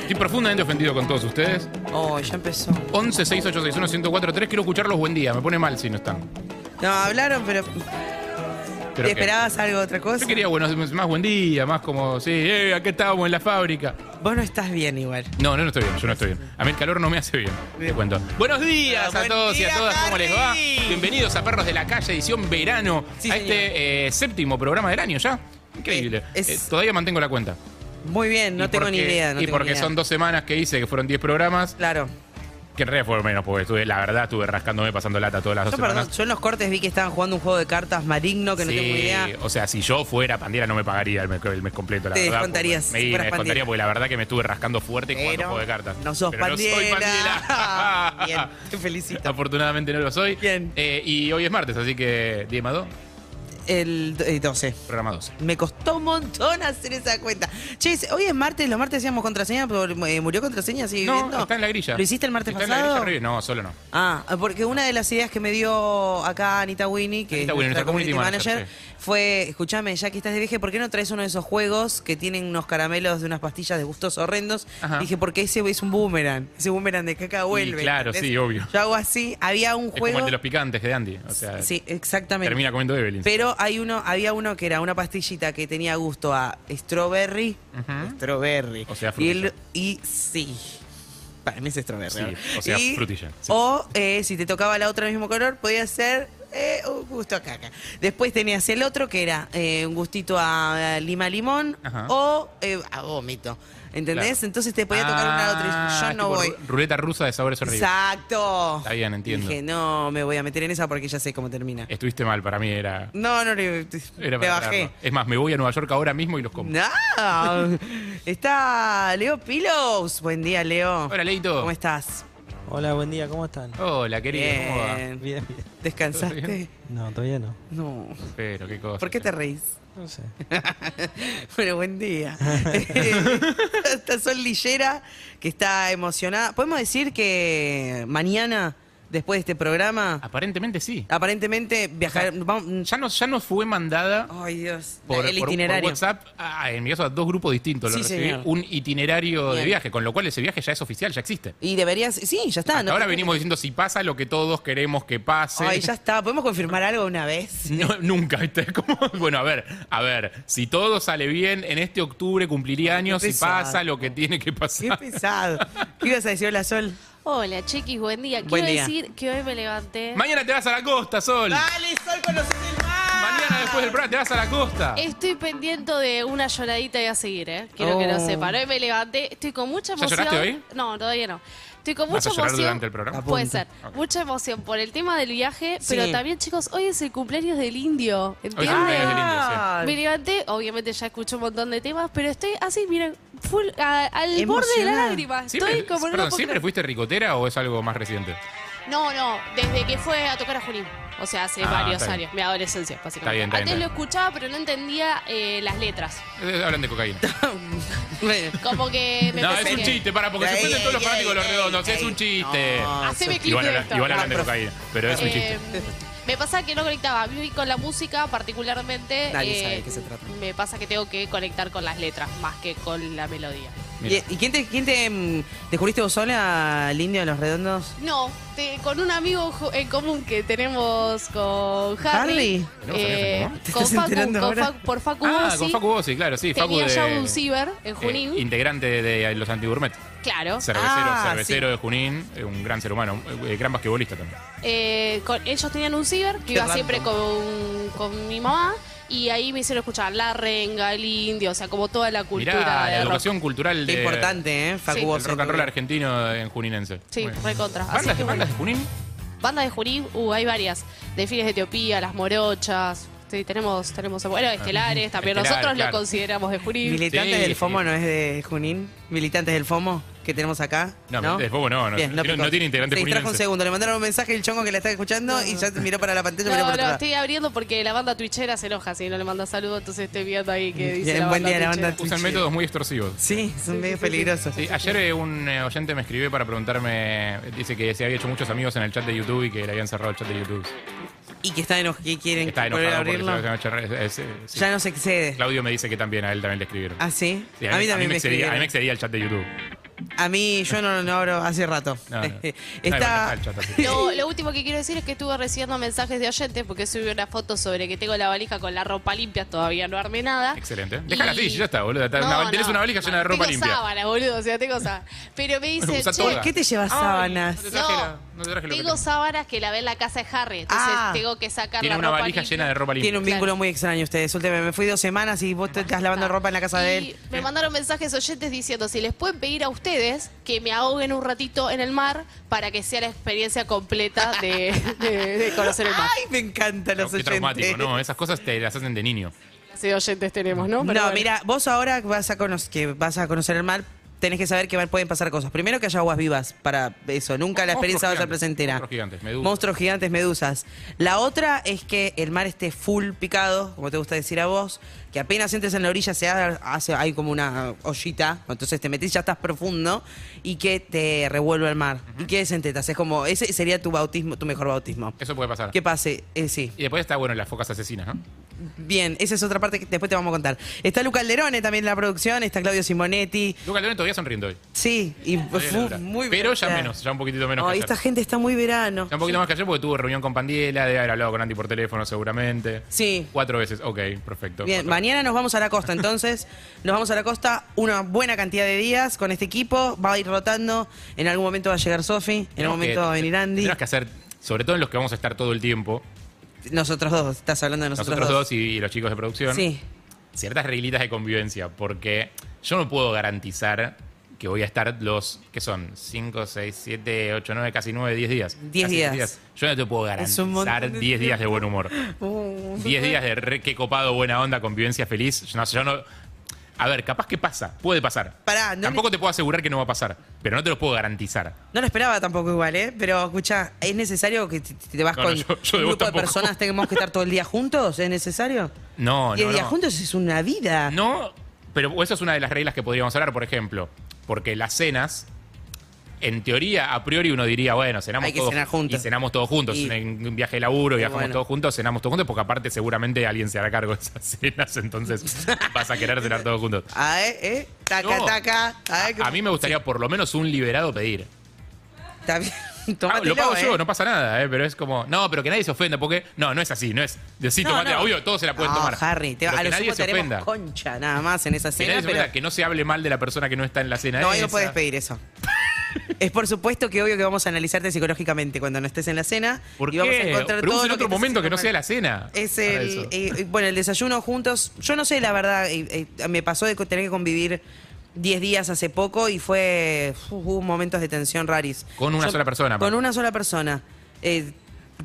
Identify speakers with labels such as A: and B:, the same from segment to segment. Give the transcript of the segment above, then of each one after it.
A: Estoy profundamente ofendido con todos ustedes.
B: Oh, ya empezó.
A: 11 6861 1043 Quiero escucharlos buen día. Me pone mal si no están.
B: No, hablaron, pero.
A: Pero
B: ¿Te
A: que-
B: esperabas algo, otra cosa?
A: Yo quería buenos, más buen día, más como, sí, eh, acá estábamos en la fábrica.
B: Vos no estás bien igual.
A: No, no, no estoy bien, yo no estoy bien. A mí el calor no me hace bien, te
B: Bien.
A: cuento. Buenos días
B: Buen
A: a todos y a
B: día,
A: todas, ¿cómo les va?
B: Harry.
A: Bienvenidos a Perros de la Calle, edición verano,
B: Sí,
A: a
B: señor.
A: este eh, séptimo programa del año ya. Increíble.
B: Eh, es-
A: Eh, todavía mantengo la cuenta.
B: Muy bien, no
A: Y
B: tengo ni
A: porque-
B: idea. No
A: y
B: tengo
A: porque
B: ni idea.
A: son dos semanas que hice, que fueron 10 programas,
B: Claro.
A: que en realidad fueron menos, porque estuve, la verdad estuve rascándome pasando lata todas las
B: Yo,
A: dos
B: perdón,
A: semanas.
B: yo en los cortes vi que estaban jugando un juego de cartas maligno que no
A: Sí,
B: tengo idea.
A: O sea, si yo fuera pandiera no me pagaría el mes, el mes completo, la
B: Te
A: verdad.
B: descontarías,
A: porque-
B: si
A: Me, me
B: fueras
A: descontaría
B: pandiera.
A: porque la verdad que me estuve rascando fuerte jugando
B: Pero
A: juego de cartas.
B: No sos
A: Pero
B: pandiera.
A: soy pandiera.
B: bien, te felicito.
A: Afortunadamente no lo soy.
B: Bien.
A: Eh, y hoy es martes, así que 10 más 2,
B: El eh, 12.
A: programa 12.
B: Me costó un montón hacer esa cuenta. Che, hoy es martes, los martes hacíamos contraseña, pero eh, murió contraseña, sigue
A: No,
B: viviendo.
A: está en la grilla.
B: ¿Lo hiciste el martes
A: ¿Está en la
B: pasado?
A: grilla, Rivi? no, solo no.
B: Ah, porque una de las ideas que me dio acá Anita Winnie, que
A: Anita
B: es
A: Winnie, nuestra
B: nuestra
A: community
B: community
A: manager,
B: manager, fue, escúchame, ya que estás de viaje, ¿por qué no traes uno de esos juegos que tienen unos caramelos de unas pastillas de gustos horrendos?
A: Ajá.
B: Dije, porque ese es un boomerang, ese boomerang de caca vuelve.
A: claro, sí, obvio.
B: Yo hago así, había un
A: Es como
B: juego...
A: el de los picantes de Andy. O sea,
B: sí, exactamente.
A: termina comiendo Evelyn.
B: Pero hay uno, había uno que era una pastillita que tenía gusto a strawberry,
A: Ujú.
B: strawberry.
A: O sea,
B: y, el-
A: frutilla.
B: y sí. Para mí es strawberry.
A: Sí,
B: ¿verdad?
A: o sea,
B: Y-
A: frutilla, sí.
B: O eh, si te tocaba la otra del mismo color, podía ser eh, un gusto a caca. Después tenías el otro que era eh, un gustito a, a lima limón
A: Ajá.
B: o eh, a vómito. ¿Entendés?
A: Claro.
B: Entonces te podía tocar una otra.
A: Ah,
B: y Yo
A: es
B: no
A: tipo
B: voy.
A: ru- Ruleta rusa de sabores horribles.
B: Exacto.
A: Está bien, entiendo.
B: Dije, no me voy a meter en esa porque ya sé cómo termina.
A: Estuviste mal, para mí era.
B: No, no, le-
A: Era
B: te
A: para
B: bajé.
A: traerlo. Es más, me voy a Nueva York ahora mismo y los compro.
B: No. Está Leo Pilos. Buen día, Leo.
A: Hola, Leito.
B: ¿Cómo estás?
C: Hola, buen día, ¿cómo están?
A: Hola, querido. ¿Cómo va?
B: Bien.
C: Bien, bien.
B: ¿Descansaste?
A: bien?
C: No, todavía no.
B: No.
A: Pero, qué cosa.
B: ¿Por qué te reís?
C: No sé.
B: Bueno, buen día. está Sol Lillera, que está emocionada. ¿Podemos decir que mañana, después de este programa,
A: Aparentemente sí.
B: Ah, aparentemente viajar... vamos-
A: Ah. Ya nos, ya nos fue mandada
B: Ay, Dios.
A: por,
B: Ah, El
A: por- por
B: itinerario.
A: WhatsApp, ah, en mi caso, a dos grupos distintos. Lo
B: Sí,
A: recibí
B: señor.
A: un itinerario de
B: Bien.
A: viaje, con lo cual ese viaje ya es oficial, ya existe.
B: Y deberías... Sí, ya está.
A: Hasta
B: Ah, no-
A: ahora venimos diciendo si pasa lo que todos queremos que pase.
B: Ay, ya está. ¿Podemos confirmar algo una vez?
A: No, nunca, ¿viste? Como, bueno, a ver, a ver, si todo sale bien, en este octubre cumpliría años, si
B: pesado.
A: pasa lo que tiene que
B: Qué
A: pasar.
B: pesado. ¿Qué ibas a decir, Hola Sol?
D: Hola, chiquis, buen día. Quiero
B: Buen día.
D: decir que hoy me levanté.
A: Mañana te vas a la costa, Sol.
B: Dale, Sol, conoces el mar.
A: Mañana después del programa te vas a la costa.
D: Estoy pendiente de una lloradita y a seguir, ¿eh? Quiero que lo
B: Oh.
D: sepan. Hoy me levanté, estoy con mucha
A: ¿Ya
D: emoción.
A: lloraste hoy?
D: No, todavía no. Estoy con
A: ¿Vas
D: mucha
A: a llorar
D: emoción.
A: durante el programa?
D: Puede ser.
B: Apunta.
A: Ok.
D: Mucha emoción por el tema del viaje,
B: Sí.
D: pero también, chicos, hoy es el cumpleaños del indio.
A: Hoy es
D: ¿Entienden?
A: el cumpleaños del indio, sí.
D: Me levanté, obviamente ya escuché un montón de temas, pero estoy así, miren, full, a- al borde de la
B: Emocionada.
D: lágrima.
A: ¿Siempre,
D: Estoy como
A: eh,
D: en
A: perdón,
D: una
A: ¿siempre fuiste ricotera o es algo más reciente?
D: No, no, desde que fue a tocar a Junín. O sea, hace
A: Ah,
D: varios
A: está bien.
D: años, mi adolescencia, básicamente.
A: Está bien, está bien, está
D: Antes lo
A: bien.
D: escuchaba, pero no entendía eh, las letras.
A: Eh, Hablan de cocaína.
B: Bueno,
D: Como que me
A: No,
D: pensé
A: es un
D: que-
A: chiste, para, porque se
B: Ey,
A: ofenden todos los
B: ey,
A: fanáticos de los
B: ey,
A: redondos. Es
B: ey.
A: un chiste.
B: No.
D: Haceme clip
A: Igual,
D: de
A: hablan-
D: esto.
A: igual hablan de
B: Ah,
A: cocaína, pero es un
D: Eh,
A: chiste.
D: me pasa que no conectaba. A mí con la música, particularmente. eh,
B: Nadie sabe de qué se trata.
D: Me pasa que tengo que conectar con las letras más que con la melodía.
A: Mira.
B: ¿Y, y quién te, quién te, mm, descubriste vos sola al indio de los redondos?
D: No, te- con un amigo jo- en común que tenemos con Harry. eh,
B: Harry.
A: ¿Tenemos amigos en común?
B: ¿Te
D: con
B: estás
D: Facu,
B: enterando
D: con
B: ahora?
D: Facu- por Facu
A: Ah,
D: Bossi.
A: con Facu Bossi, claro, sí. Facu
D: Tenía
A: de,
D: ya un ciber
A: eh,
D: en Junín.
A: integrante de, de los Antigourmet.
D: claro.
A: Cervecero,
B: Ah,
A: cervecero de Junín, eh, un gran ser humano, un eh, gran basquetbolista también.
D: Eh, con- ellos tenían un ciber que
B: Qué
D: iba
B: random.
D: siempre con, con mi mamá. Y ahí me hicieron escuchar la renga, el indio, o sea, como toda la cultura.
A: Mirá, la
D: de rock.
A: educación cultural
B: Qué
A: de,
B: importante, ¿eh? Facu
D: sí.
A: del
B: Bossi.
A: rock and roll argentino en juninense.
D: Sí,
A: Muy bien.
D: recontra. Así
A: ¿Bandas,
D: que
A: bandas
D: bueno.
A: de Junín?
D: Bandas de Junín, uh, hay varias. Desfiles de Etiopía, Las Morochas. Sí, tenemos, tenemos bueno, Estelares, también
A: Estelares,
D: nosotros
A: claro.
D: lo consideramos de Junín.
B: Militantes
A: Sí,
B: del
A: sí.
B: FOMO no es de Junín. Militantes del FOMO que tenemos acá.
A: No,
B: No,
A: Militantes del FOMO no, no. No tiene-
B: picó.
A: no tiene integrante
B: Se distrajo un
A: juninense.
B: segundo. Le mandaron un mensaje el chongo que la está escuchando y ya miró para la pantalla.
D: No,
B: miró para
D: no,
B: otro lado.
D: estoy abriendo porque la banda twitchera se enoja si no le manda saludos, entonces estoy viendo ahí que dice
B: Bien,
D: la
B: buen
D: banda
B: día la
D: twitchera.
B: banda
A: Usan
B: Sí.
A: métodos muy extorsivos.
B: Sí, son medio peligrosos.
A: Sí, ayer eh, un eh, oyente me escribió para preguntarme, dice que se había hecho muchos amigos en el chat de YouTube y que le habían cerrado el chat de YouTube.
B: Y que está enojado. Que quieren
A: Está
B: volver a
A: enojado porque se
B: abrirlo.
A: lo habían hecho re- es- es- sí.
B: Ya no se excede.
A: Claudio me dice que también, a él también le escribieron.
B: ¿Ah, sí?
A: Sí,
B: a, mí, también me
A: excedía, a mí me
B: escribieron.
A: excedía el chat de YouTube.
B: A mí, yo no lo abro hace rato.
A: No, no. No, igual no está
B: Está...
A: el chat así.
D: Lo, lo último que quiero decir es que estuve recibiendo mensajes de oyentes porque subí una foto sobre que tengo la valija con la ropa limpia, todavía no armé nada.
A: Excelente. Déjala
D: Y-
A: así, ya está, boludo. Tenés
D: No,
A: una- tenés
D: no.
A: una valija llena de ropa
D: tengo
A: limpia.
D: sábanas, boludo, o sea, tengo sábanas. Pero me dice,
A: Usa
D: che,
A: toda.
B: ¿Por qué te llevas
A: Ay,
B: sábanas?
A: No te traje,
D: No.
A: la- no te traje lo que
D: tengo
A: tengo.
D: sábanas que la ve en la casa de Harry, entonces
B: Ah.
D: tengo que sacar
A: Tiene
D: la
A: una
D: ropa
A: valija
D: limpia.
A: llena de ropa limpia.
B: Tiene un
D: Claro. Ah,
B: vínculo muy extraño ustedes. Últimamente me fui dos semanas y vos te estás lavando ropa en la casa
D: y
B: de él.
D: Me mandaron mensajes oyentes diciendo si les pueden pedir a ustedes que me ahoguen un ratito en el mar para que sea la experiencia completa de, de- de conocer el mar.
B: Ay, me encantan los
A: Qué
B: oyentes.
A: traumático, ¿no? Esas cosas te las hacen de niño.
D: Sí, oyentes tenemos, ¿no?
B: No,
D: Pero bueno.
B: mira, vos ahora que vas a conocer, que vas a conocer el mar, tenés que saber que pueden pasar cosas. Primero que haya aguas vivas para eso. Nunca
A: Monstruos
B: la experiencia va a ser
A: gigantes,
B: placentera.
A: monstruos gigantes, medusas.
B: Monstruos gigantes, medusas. La otra es que el mar esté full picado, como te gusta decir a vos, que apenas entres en la orilla se ha- hace, hay como una ollita, entonces te metes, ya estás profundo, y que te revuelva el mar. Y quedes en tetas. Es como, ese sería tu bautismo, tu mejor bautismo.
A: Eso puede pasar.
B: Que pase, eh, sí.
A: Y después está, bueno, las focas asesinas, ¿no?
B: Bien, esa es otra parte que después te vamos a contar. Está Luca Alderone también en la producción, está Claudio Simonetti.
A: Luca Leone todavía sonriendo hoy.
B: Sí, y
A: Todavía
B: fu-
A: labura.
B: Pues muy
A: Pero ya
B: verano.
A: menos, ya un poquitito menos.
B: Ay,
A: que
B: esta
A: ayer.
B: gente está muy verano.
A: Ya un poquito más que ayer porque tuvo reunión con Pandiela, debe haber hablado con Andy por teléfono seguramente.
B: Sí.
A: Cuatro veces, ok, perfecto.
B: Bien,
A: Cuatro.
B: mañana nos vamos a la costa, entonces nos vamos a la costa una buena cantidad de días con este equipo, va a ir rotando, en algún momento va a llegar Sofi, en
A: Tenemos
B: algún momento
A: que-
B: va a venir Andy,
A: Tenemos que hacer, sobre todo en los que vamos a estar todo el tiempo,
B: nosotros dos, estás hablando de
A: nosotros,
B: nosotros,
A: dos y, y los chicos de producción,
B: Sí,
A: ciertas reglitas de convivencia, porque yo no puedo garantizar que voy a estar los, que son? 5, 6, 7, 8, 9, casi 9, 10 días.
B: 10
A: Casi
B: días.
A: Yo no te puedo
B: Es un montón
A: garantizar
B: de
A: 10 días de buen humor. 10 días de re, qué copado, buena onda, convivencia feliz. Yo no, yo no- a ver, capaz que pasa, puede pasar.
B: Pará, no
A: Tampoco
B: le-
A: te puedo asegurar que no va a pasar, pero no te lo puedo garantizar.
B: no lo esperaba tampoco igual, ¿eh? pero escucha, ¿es necesario que te, te vas
A: No, no,
B: con
A: yo- yo de
B: un
A: vos
B: grupo de
A: tampoco.
B: personas, tenemos que estar todo el día juntos? ¿Es necesario?
A: No,
B: Diez
A: no,
B: días
A: no.
B: juntos es una vida.
A: No, pero eso es una de las reglas que podríamos hablar, por ejemplo. Porque las cenas, en teoría, a priori uno diría, bueno, cenamos
B: Hay que
A: todos
B: cenar juntos.
A: Y cenamos todos juntos.
B: Y-
A: En un viaje de laburo, viajamos
B: bueno.
A: todos juntos, cenamos todos juntos, porque aparte seguramente alguien se hará cargo de esas cenas, entonces vas a querer cenar todos juntos.
B: A ver, ¿eh? Taca,
A: No.
B: taca. A, ver,
A: A mí me gustaría por lo menos un liberado pedir.
B: Está bien.
A: Ah,
B: Tómatelo,
A: lo pago
B: ¿eh?
A: yo, no pasa nada, eh, pero es como, no, pero que nadie se ofenda, porque no, no es así, no es decir,
B: No,
A: tomate,
B: no.
A: obvio, todos se la pueden
B: No,
A: tomar.
B: Harry, te,
A: Pero
B: a
A: que
B: lo
A: nadie
B: sumo
A: se
B: tenemos
A: ofenda.
B: concha nada más en esa
A: Que
B: cena,
A: nadie se
B: pero...
A: ofenda, que no se hable mal de la persona que no está en la cena.
B: No, ahí no
A: esa.
B: puedes pedir eso. Es por supuesto que obvio que vamos a analizarte psicológicamente cuando no estés en la cena.
A: ¿Por
B: y vamos a
A: qué?
B: encontrar
A: Pero
B: todo
A: usen
B: lo
A: otro
B: te hace
A: momento que no
B: comer.
A: sea la cena.
B: Es
A: Para
B: el,
A: eso.
B: eh, eh, bueno, el desayuno juntos. Yo no sé, la verdad, eh, eh, me pasó de co- tener que convivir 10 días hace poco y fue. fu- Hubo momentos de tensión raris.
A: Con una sola persona,
B: Con
A: aparte.
B: una sola persona. Eh,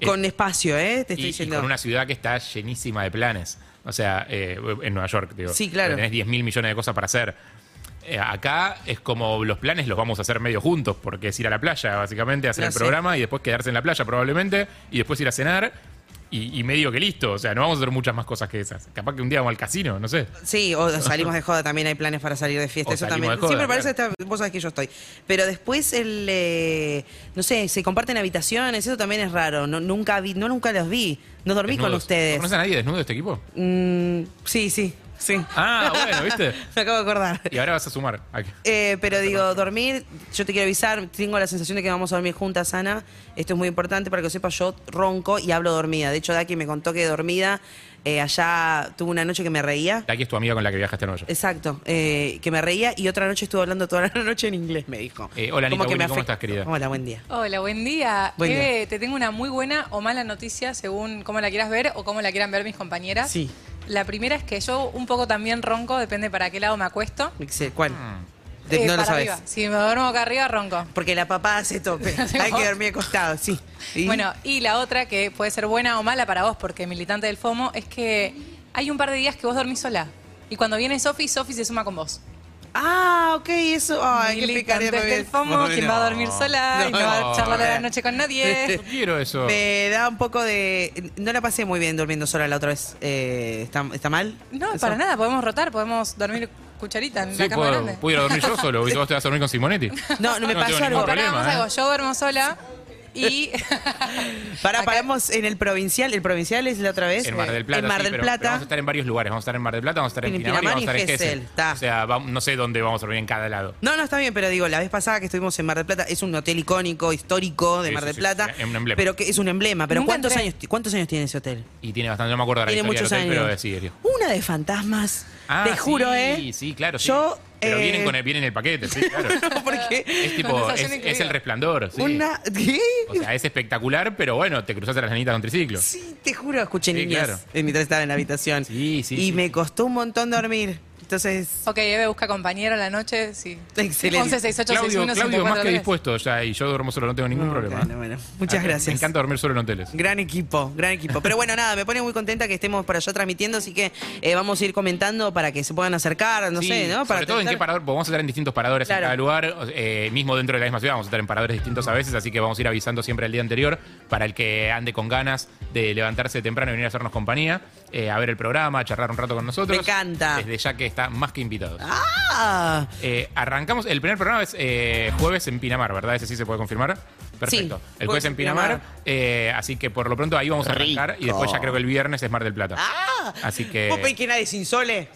B: con espacio, ¿eh? Te estoy
A: y, y
B: diciendo.
A: con una ciudad que está llenísima de planes. O sea, eh, en Nueva York, digo.
B: Sí, claro.
A: Tenés 10 mil millones de cosas para hacer. Eh, acá es como los planes los vamos a hacer medio juntos, porque es ir a la playa, básicamente, hacer
B: Lo
A: el
B: sé.
A: programa y después quedarse en la playa probablemente, y después ir a cenar. Y, y medio que listo, o sea, no vamos a hacer muchas más cosas que esas. Capaz que un día vamos al casino, no sé.
B: Sí, o salimos de joda, también hay planes para salir de fiesta,
A: O
B: eso
A: salimos
B: también.
A: de joda,
B: Siempre parece,
A: claro.
B: esta- vos sabés que yo estoy. Pero después, el, eh, no sé, se comparten habitaciones, eso también es raro. No, nunca vi, no nunca los vi, no dormí con
A: Desnudos. ¿No
B: ustedes.
A: conoces a nadie desnudo de este equipo?
B: Mm, sí, sí, sí.
A: Ah, bueno, ¿viste?
B: Me acabo de acordar.
A: Y ahora vas a sumar. Aquí.
B: Eh, pero digo, dormir, yo te quiero avisar, tengo la sensación de que vamos a dormir juntas, Ana. Esto es muy importante para que lo sepas, yo ronco y hablo dormida. De hecho, Daki me contó que dormida, eh, allá tuve una noche que me reía.
A: Aquí es tu amiga con la que viajaste a Nueva York.
B: Exacto, eh, que me reía y otra noche estuvo hablando toda la noche en inglés, me dijo.
A: Eh, hola, Anita
B: Como que me
A: Winnie, ¿cómo
B: afecta.
A: estás, querida?
B: Hola, buen día.
E: Hola, buen día.
B: Buen día.
E: Eve, te tengo una muy buena o mala noticia según cómo la quieras ver o cómo la quieran ver mis compañeras.
B: Sí.
E: La primera es que yo un poco también ronco, depende para qué lado me acuesto.
A: Ah.
B: Excel, ¿Cuál? De-
E: Eh,
B: no lo
E: para
B: sabes.
E: arriba. Si me duermo acá arriba, ronco.
B: Porque la papada hace tope. Hay que dormir acostado, sí. ¿Y?
E: Bueno, y la otra que puede ser buena o mala para vos, porque militante del FOMO, es que hay un par de días que vos dormís sola. Y cuando viene Sofi, Sofi se suma con vos.
B: Ah, ok, eso. Ay, qué picaría
E: Militantes del FOMO, quien va a dormir sola y no va a charlar a la noche con nadie.
A: No quiero eso.
B: Me da un poco de. No la pasé muy bien durmiendo sola la otra vez. Eh, ¿está, está mal?
E: No,
B: ¿Eso?
E: para nada, podemos rotar, podemos dormir cucharita en
A: Sí,
E: la cama
A: puedo,
E: grande.
A: puedo ir a dormir yo solo. ¿viste? ¿Vos te vas a dormir con Simonetti?
B: No, no me
A: No
B: pasó
A: tengo
B: algo.
A: ningún
E: Pará,
A: problema,
E: vamos
A: ¿eh?
E: a algo. Yo duermo sola y.
B: Para,
E: Acá-
B: paramos en el provincial. ¿El provincial es la otra vez?
A: En Mar del Plata.
B: En Mar
A: sí,
B: del
A: pero-
B: Plata.
A: pero vamos a estar en varios lugares. Vamos a estar en Mar del Plata, vamos a estar en,
B: En
A: Pinamar y vamos a estar
B: Pinamar
A: en
B: y en
A: Gesell.
B: Gesell, ta.
A: O sea, va- no sé dónde vamos a dormir en cada lado.
B: No, no, está bien, pero digo, la vez pasada que estuvimos en Mar del Plata, es un hotel icónico, histórico de
A: Sí,
B: Mar
A: sí,
B: del
A: sí,
B: Plata.
A: sí, es un emblema.
B: Pero que es un emblema. Pero
E: Nunca
B: ¿cuántos
E: entré.
B: años, ¿cuántos años tiene ese hotel?
A: Y tiene bastante, no me acuerdo ahora la
B: tiene
A: historia
B: muchos
A: del hotel, pero
B: años.
A: es Sirio.
B: Una de fantasmas.
A: Ah,
B: te juro,
A: sí,
B: ¿eh?
A: Sí, sí, claro. Sí.
B: Yo.
A: pero
B: eh,
A: vienen, con el, vienen en el paquete, sí, claro.
B: No, porque.
A: Es tipo,
E: Con
A: es,
E: desayuno
A: es
E: incluido.
A: el resplandor. sí.
B: Una. ¿Qué?
A: O sea, es espectacular, pero bueno, te cruzaste las nenitas con triciclo.
B: Sí, te juro, escuché
A: Sí,
B: niñas
A: claro.
B: eh, mientras estaba en la habitación.
A: Sí, sí,
B: Y
A: sí,
B: me
A: sí.
B: costó un montón dormir. Entonces.
E: ok, Eve busca compañero a la noche, sí.
B: Excelente.
E: 11, 6, 8, 6,
A: Claudio,
E: 1,
A: Claudio más que dispuesto ya, y yo duermo solo, no tengo ningún
B: No,
A: problema.
B: bueno, bueno. Muchas
A: Ah,
B: gracias.
A: Me encanta dormir solo en hoteles.
B: Gran equipo, gran equipo. Pero bueno, nada, me pone muy contenta que estemos para allá transmitiendo, así que eh, vamos a ir comentando para que se puedan acer, no
A: Sí,
B: sé, ¿no? Para
A: sobre todo en
B: tratar-
A: qué parador, porque vamos a estar en distintos paradores
B: Claro.
A: en cada lugar, o- eh, mismo dentro de la misma ciudad, vamos a estar en paradores distintos a veces, así que vamos a ir avisando siempre el día anterior para el que ande con ganas de levantarse temprano y venir a hacernos compañía, eh, a ver el programa, a charlar un rato con nosotros.
B: Me encanta.
A: Desde ya que está más que invitados.
B: Ah,
A: Eh, arrancamos, el primer programa es eh, jueves en Pinamar, ¿verdad? Ese sí se puede confirmar. Perfecto.
B: Sí,
A: el jueves en Pinamar, eh, así que por lo pronto ahí vamos a arrancar y después ya creo que el viernes es Mar del Plata.
B: ah.
A: Así que-
B: ¿Vos pedís que nadie se insole?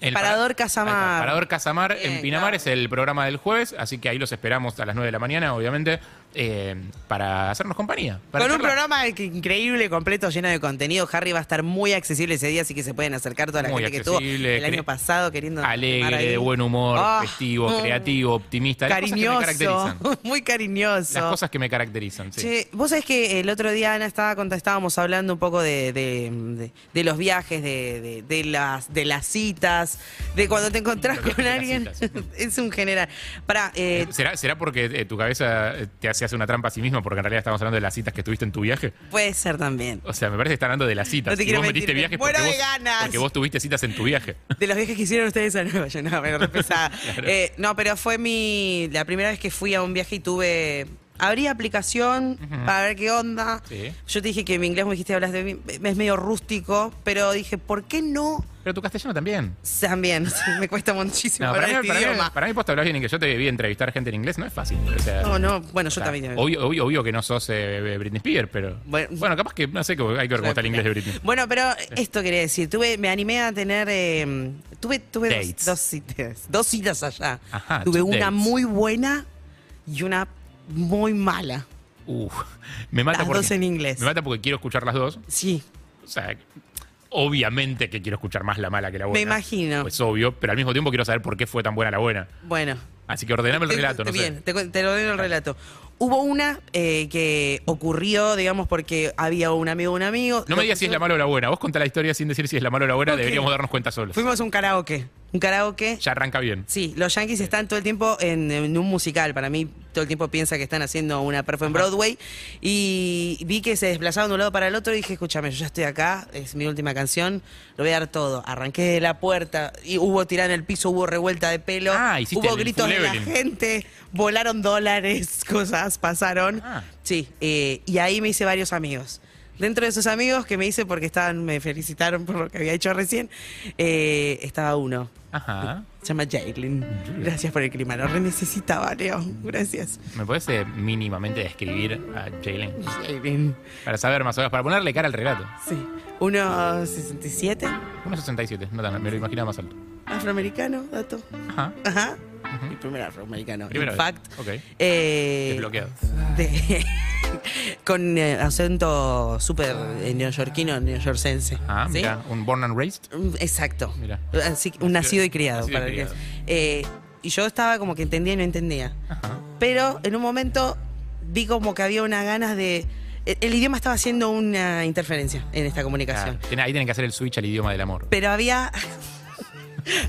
A: El
B: Parador
A: para-
B: Casamar.
A: Ahí está, Parador Casamar
B: Bien,
A: en Pinamar
B: claro.
A: es el programa del jueves, así que ahí los esperamos a las 9 de la mañana, obviamente, eh, para hacernos compañía. para
B: Con un
A: charlar.
B: programa que- increíble, completo, lleno de contenido. Harry va a estar muy accesible ese día, así que se pueden acercar toda la
A: Muy
B: gente que estuvo
A: accesible,
B: el
A: cre-
B: año pasado queriendo. filmar
A: Alegre,
B: ahí.
A: de buen humor,
B: Ah,
A: festivo,
B: mm,
A: creativo, optimista. las cosas que me
B: Cariñoso,
A: caracterizan.
B: muy cariñoso.
A: Las cosas que me caracterizan, sí. Eh,
B: Che, vos sabés que el otro día, Ana, estaba, cont- estábamos hablando un poco de, de- de- de los viajes, de, de- de las, de las citas, de cuando te encontrás
A: Los viajes
B: con
A: de las
B: alguien.
A: citas.
B: es un general. Para,
A: Eh, ¿Será, ¿Será porque eh, tu cabeza eh, te hace, hace una trampa a sí misma? Porque en realidad estamos hablando de las citas que tuviste en tu viaje.
B: puede ser también.
A: O sea, me parece que está hablando de las citas.
B: No te
A: y
B: quiero
A: vos metiste
B: mentir, me
A: viajes
B: muero
A: porque,
B: de
A: vos,
B: ganas.
A: porque vos tuviste citas en tu viaje.
B: De los viajes que hicieron ustedes a Nueva York, no, me re pesada.
A: Claro.
B: Eh, no, pero fue mi la primera vez que fui a un viaje y tuve abrí aplicación para ver qué onda.
A: Sí.
B: Yo te dije que mi inglés me dijiste hablas de mí, es medio rústico, pero dije, ¿por qué no?
A: Pero tu castellano también.
B: También, sí, me cuesta muchísimo
A: No, para, mí,
B: hablar este
A: para, mí,
B: idioma.
A: para mí, posta hablar bien y que yo te vi entrevistar gente en inglés, no es fácil. O sea,
B: No, no, bueno,
A: o
B: yo
A: sea,
B: también. tengo-
A: Obvio, obvio, obvio que no sos eh, Britney Spears, pero.
B: Bueno.
A: Bueno, capaz que no sé, que hay que ver cómo está el inglés de Britney.
B: Bueno, pero esto quería decir, tuve, me animé a tener, eh, tuve, tuve dos-
A: Dates.
B: dos, citas, dos citas allá.
A: Ajá,
B: tuve
A: two
B: una
A: dates.
B: muy buena y una muy mala.
A: Uf, me mata
B: Las
A: porque,
B: dos en inglés.
A: Me mata porque quiero escuchar las dos.
B: Sí,
A: O sea, obviamente que quiero escuchar más la mala que la buena.
B: Me imagino.
A: Pues obvio, pero al mismo tiempo quiero saber por qué fue tan buena la buena.
B: bueno.
A: Así que ordename el
B: Te-
A: relato,
B: te-
A: no
B: bien,
A: sé.
B: te, cu- te lo doy el relato. Hubo una eh, que ocurrió, digamos, porque había un amigo, un amigo.
A: No me digas si es la mala o la buena. Vos contá la historia sin decir si es la mala o la buena.
B: Ok.
A: Deberíamos darnos cuenta solos.
B: Fuimos a un karaoke, un karaoke.
A: Ya arranca bien.
B: Sí, los Yankees están todo el tiempo en, en un musical. Para mí, todo el tiempo piensa que están haciendo una perfo en Broadway. Y vi que se desplazaban de un lado para el otro y dije, escúchame, yo ya estoy acá, es mi última canción, lo voy a dar todo. Arranqué de la puerta, y hubo tirada en el piso, hubo revuelta de pelo,
A: Ah, hiciste
B: hubo
A: el
B: gritos de la
A: Full Evelyn.
B: gente, volaron dólares, cosas pasaron.
A: Ah.
B: Sí, eh, y ahí me hice varios amigos. Dentro de esos amigos que me hice porque estaban, me felicitaron por lo que había hecho recién, eh, estaba uno.
A: Ajá.
B: Se llama Jalen. Gracias por el clima. Lo re necesitaba, Leo. Gracias.
A: ¿Me puedes eh, mínimamente describir a Jalen?
B: Jalen.
A: Para saber más o menos, para ponerle cara al relato.
B: Sí. 1,67.
A: 1,67, no tan, me lo imaginaba más alto.
B: Afroamericano, dato.
A: Ajá.
B: Ajá. Mi primer afroamericano.
A: Primera
B: In
A: vez.
B: fact.
A: Ok.
B: eh,
A: Desbloqueado.
B: de- con eh, acento súper eh, neoyorquino, neoyorcense.
A: Ah,
B: ¿sí?
A: mira, un born and raised.
B: Mm, Exacto.
A: Mirá.
B: Así que un nacido y criado.
A: Nacido y
B: para que-
A: criado.
B: Eh, y yo estaba como que entendía y no entendía.
A: Ajá.
B: Pero en un momento vi como que había unas ganas de. e-, El, el idioma estaba haciendo una interferencia en esta comunicación.
A: Claro. Tiene- Ahí tienen que hacer el switch al idioma del amor.
B: Pero había.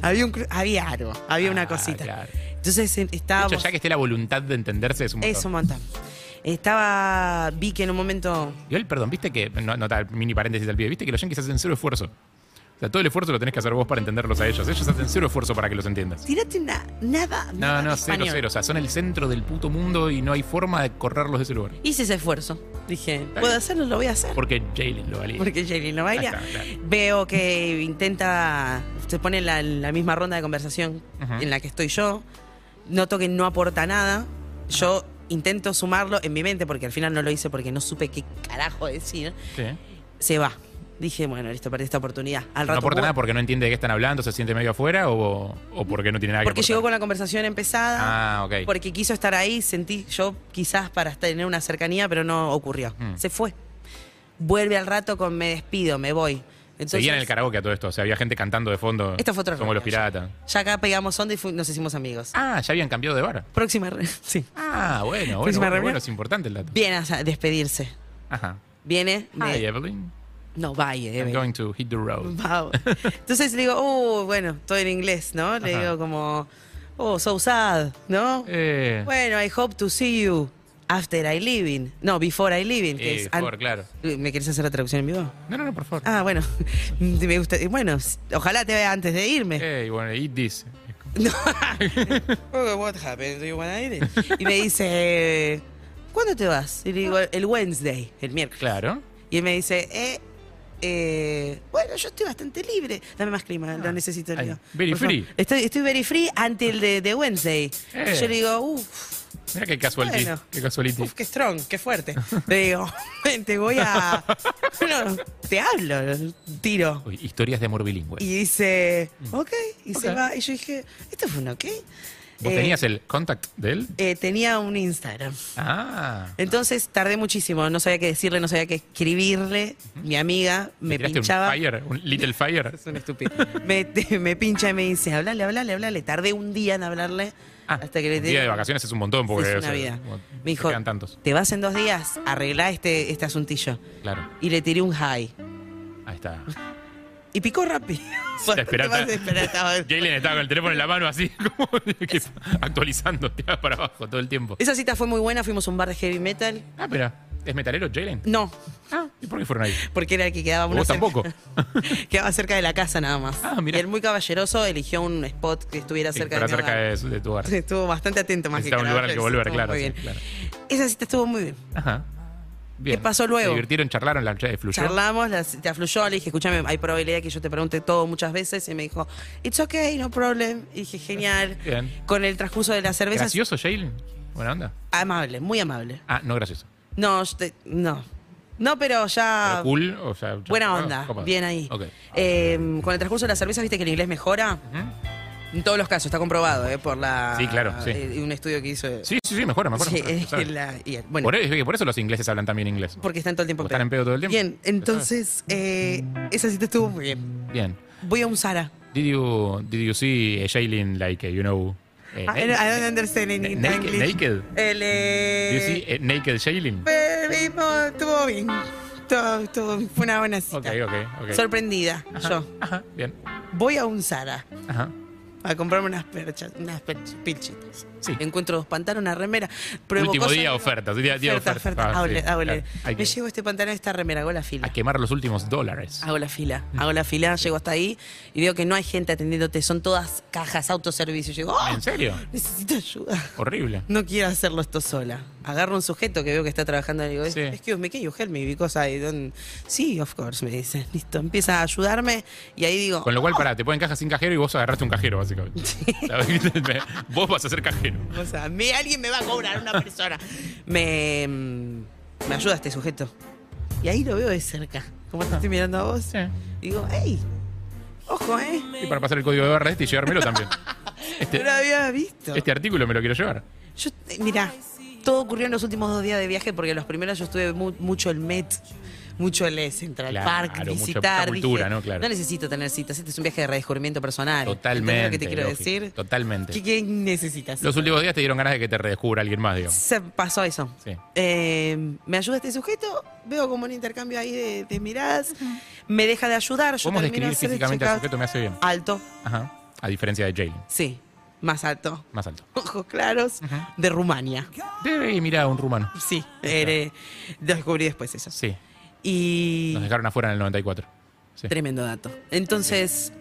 B: había, un, cru- había algo, había una
A: Ah,
B: cosita.
A: claro.
B: Entonces Entonces eh,
A: De
B: estábamos.
A: hecho, ya que esté la voluntad de entenderse es un montón.
B: Es un montón. Estaba. Vi que en un momento.
A: Igual, perdón, viste que, no, nota, mini paréntesis al pie, viste que los yankees hacen cero esfuerzo. O sea, todo el esfuerzo lo tenés que hacer vos para entenderlos a ellos. Ellos hacen cero esfuerzo para que los entiendas.
B: Tirate una, nada.
A: No,
B: nada
A: no,
B: de
A: cero,
B: español.
A: cero. O sea, son el centro del puto mundo y no hay forma de correrlos de ese lugar.
B: Hice ese esfuerzo. Dije,
A: bien.
B: puedo hacerlo, lo voy a hacer.
A: Porque Jalen lo valía.
B: Porque Jalen no
A: Ahí
B: baila.
A: está, claro.
B: Veo que intenta, se pone en la, en la misma ronda de conversación
A: Ajá.
B: en la que estoy yo. Noto que no aporta nada. Yo intento sumarlo en mi mente porque al final no lo hice porque no supe qué carajo decir.
A: Sí.
B: Se va. Dije, bueno, listo, perdí esta oportunidad. Al
A: No
B: rato,
A: aporta
B: vuel-
A: nada porque no entiende de qué están hablando, se siente medio afuera o, o porque no tiene nada que
B: porque llegó
A: aportar.
B: con la conversación empezada.
A: Ah, ok.
B: Porque quiso estar ahí, sentí yo quizás para tener una cercanía, pero no ocurrió.
A: Mm.
B: Se fue. Vuelve al rato con me despido, me voy. Entonces,
A: Seguían en el karaoke a todo esto. O sea, había gente cantando de fondo.
B: Esto fue otra
A: Somos los
B: reunión,
A: piratas.
B: Ya acá pegamos onda y fu- nos hicimos amigos.
A: Ah, ya habían cambiado de bar.
B: Próxima re- sí.
A: Ah, bueno, bueno,
B: Próxima
A: bueno,
B: reunión.
A: bueno, es importante el dato.
B: Viene a despedirse.
A: Ajá.
B: Viene de-
A: Hi, Evelyn.
B: No, vaya,
A: I'm going to hit the road.
B: Entonces le digo, uh, bueno, todo en inglés, ¿no? Le
A: Ajá.
B: digo como, oh, so sad, ¿no?
A: Eh,
B: Bueno, I hope to see you after I living. No, before I living. que
A: Eh,
B: es
A: before,
B: an-
A: claro.
B: ¿Me querés hacer la traducción en vivo?
A: no, no, no, por favor.
B: Ah, bueno. Me gusta. Bueno, ojalá te vea antes de irme.
A: Hey, Eh, bueno, eat this.
B: No. Oh, What happened? Do you wanna eat it? Y me dice, ¿cuándo te vas? Y le digo, el Wednesday, el miércoles.
A: Claro.
B: Y él me dice, eh, eh, bueno, yo estoy bastante libre. Dame más clima, lo necesito. le
A: I'm
B: digo.
A: Ah, very
B: Por favor.
A: free.
B: Estoy, estoy very free ante el de, de Wednesday.
A: Eh.
B: Y yo le digo, uff,
A: Mira qué casuality.
B: Bueno.
A: Qué casuality.
B: uf, qué strong, qué fuerte. Le digo, te voy a... Bueno, te hablo, tiro.
A: Uy, historias de amor bilingüe.
B: Y dice, ok, y se
A: Mm. Ok.
B: va. Y yo dije, ¿esto fue un ok?
A: ¿Vos
B: Eh,
A: tenías el contact de él?
B: eh, tenía un Instagram.
A: Ah.
B: Entonces tardé muchísimo, no sabía qué decirle, no sabía qué escribirle. Mi amiga me
A: ¿Le tiraste
B: pinchaba.
A: un fire? ¿Un little fire?
B: Es una estupidez. me, te- me pincha y me dice, hablale, hablale, hablale. Tardé un día en hablarle
A: Ah,
B: hasta que le
A: un día de vacaciones es un montón porque
B: Es
A: o
B: una
A: sea,
B: vida.
A: como-
B: Me dijo,
A: te quedan tantos.
B: te vas en dos días, arreglá este, este asuntillo.
A: Claro.
B: Y le tiré un high.
A: Ahí está.
B: Y picó rápido.
A: La esperanza-
B: Bastante más desesperada.
A: Jalen estaba con el teléfono en la mano así, como que actualizando, tiraba para abajo todo el tiempo.
B: Esa cita fue muy buena, fuimos a un bar de heavy metal.
A: Ah, pero, ¿es metalero Jalen?
B: No,
A: ¿Y por qué fueron ahí?
B: porque era el que quedaba uno
A: Ah. Vos
B: cerca-
A: tampoco.
B: quedaba cerca de la casa nada más.
A: Ah, mirá.
B: Y él muy caballeroso eligió un spot que estuviera
A: Sí,
B: cerca
A: para
B: de mi
A: cerca
B: hogar.
A: de, su- de tu hogar.
B: Estuvo bastante atento más
A: Necesitaba
B: que
A: un lugar al que
B: Caravaggio,
A: volver,
B: estuvo
A: claro,
B: muy
A: sí,
B: bien.
A: claro.
B: Esa cita estuvo muy bien.
A: Ajá. Bien.
B: ¿Qué pasó luego?
A: Se divirtieron, charlaron, la fluyó.
B: Charlamos, la- te afluyó, le dije, escúchame, hay probabilidad que yo te pregunte todo muchas veces. Y me dijo, it's okay, no problem. Y dije, genial.
A: Bien.
B: Con el transcurso de las cervezas,
A: ¿Gracioso Jalen? Buena onda.
B: amable, muy amable.
A: Ah, no gracioso.
B: No, yo te- no. No, pero ya.
A: Pero cool, o sea...
B: Ah. Buena
A: copado,
B: onda,
A: copado.
B: bien ahí.
A: Ok.
B: Eh, con el transcurso de las cervezas, viste que el inglés mejora.
A: Ujú.
B: En todos los casos, está comprobado, ¿eh? Por la.
A: Sí, claro, sí.
B: eh, un estudio que hizo.
A: Sí, sí, sí, mejora, mejora.
B: Sí,
A: mejora,
B: eh,
A: se sabe.
B: la- y el- bueno,
A: por, eso, por eso los ingleses hablan también inglés.
B: porque están todo el tiempo
A: Porque están en pedo todo el tiempo.
B: Bien, entonces, eh, esa cita estuvo muy bien.
A: Bien.
B: Voy a un Sara.
A: Did you, did you see eh, Jalen like, eh, you know... eh,
B: I, Ah, I don't understand in
A: Naked-
B: English.
A: naked.
B: El, eh,
A: Did you see eh, naked Jalen?
B: eh, mismo, estuvo bien. Todo, todo, fue una buena cita.
A: Ok, ok, ok.
B: Sorprendida, yo.
A: Ajá, bien.
B: Voy a un Sara
A: Ajá.
B: a comprarme unas perchas, unas perch- pilchitas.
A: Sí.
B: Encuentro dos pantalones, una remera. Pruebo
A: Último
B: cosas,
A: día ofertas. Día, día
B: oferta,
A: ofertas.
B: oferta.
A: Ah,
B: hago
A: sí,
B: le- hago le-
A: claro. Hay
B: Me
A: que-
B: llevo este pantalón, esta remera, hago la fila.
A: a quemar los últimos dólares.
B: Hago la fila, hago la fila, llego hasta ahí y veo que no hay gente atendiéndote, son todas cajas, autoservicio. Llego, ¡oh!
A: ¿En serio?
B: Necesito ayuda.
A: Horrible.
B: No quiero hacerlo esto sola. Agarro un sujeto que veo que está trabajando y le digo,
A: Sí.
B: excuse me, can you help me? Because I don't-" Sí, of course, me dice. Listo, empieza a ayudarme y ahí digo,
A: Con lo cual, pará, te ponen caja sin cajero y vos agarraste un cajero, básicamente. vos vas a ser cajero.
B: O sea, me- alguien me va a cobrar, una persona. me, mm, me ayuda este sujeto. Y ahí lo veo de cerca. Como te estoy mirando a vos.
A: Sí.
B: Digo, hey, ojo, ¿eh?
A: Y para pasar el código de barra este y llevármelo también.
B: No lo había visto.
A: Este artículo me lo quiero llevar.
B: Yo, eh, mirá, todo ocurrió en los últimos dos días de viaje porque los primeros yo estuve mu- mucho el Met. Mucho el Central
A: Claro,
B: Park,
A: mucho-
B: visitar.
A: mucha cultura,
B: dije,
A: ¿no? Claro.
B: necesito tener citas. Este es un viaje de redescubrimiento personal. ¿Entendés
A: Totalmente.
B: lo que te quiero
A: lógico.
B: decir?
A: Totalmente.
B: ¿Qué, qué necesitas?
A: Los últimos días te dieron ganas de que te redescubra alguien más, digamos.
B: Se pasó eso.
A: Sí.
B: Eh, me ayuda este sujeto, veo como un intercambio ahí de, de miradas, me deja de ayudar. Yo
A: Podemos
B: termino de
A: describir
B: hacer el
A: físicamente al
B: check-out.
A: sujeto, me hace bien.
B: Alto,
A: Ajá. A diferencia de Jalen.
B: sí. más alto.
A: Más alto.
B: Ojos claros, de Rumania.
A: Y mira, un rumano.
B: Sí, eh, descubrí después eso.
A: Sí.
B: Y
A: Nos dejaron afuera en el 94. Sí.
B: tremendo dato. Entonces,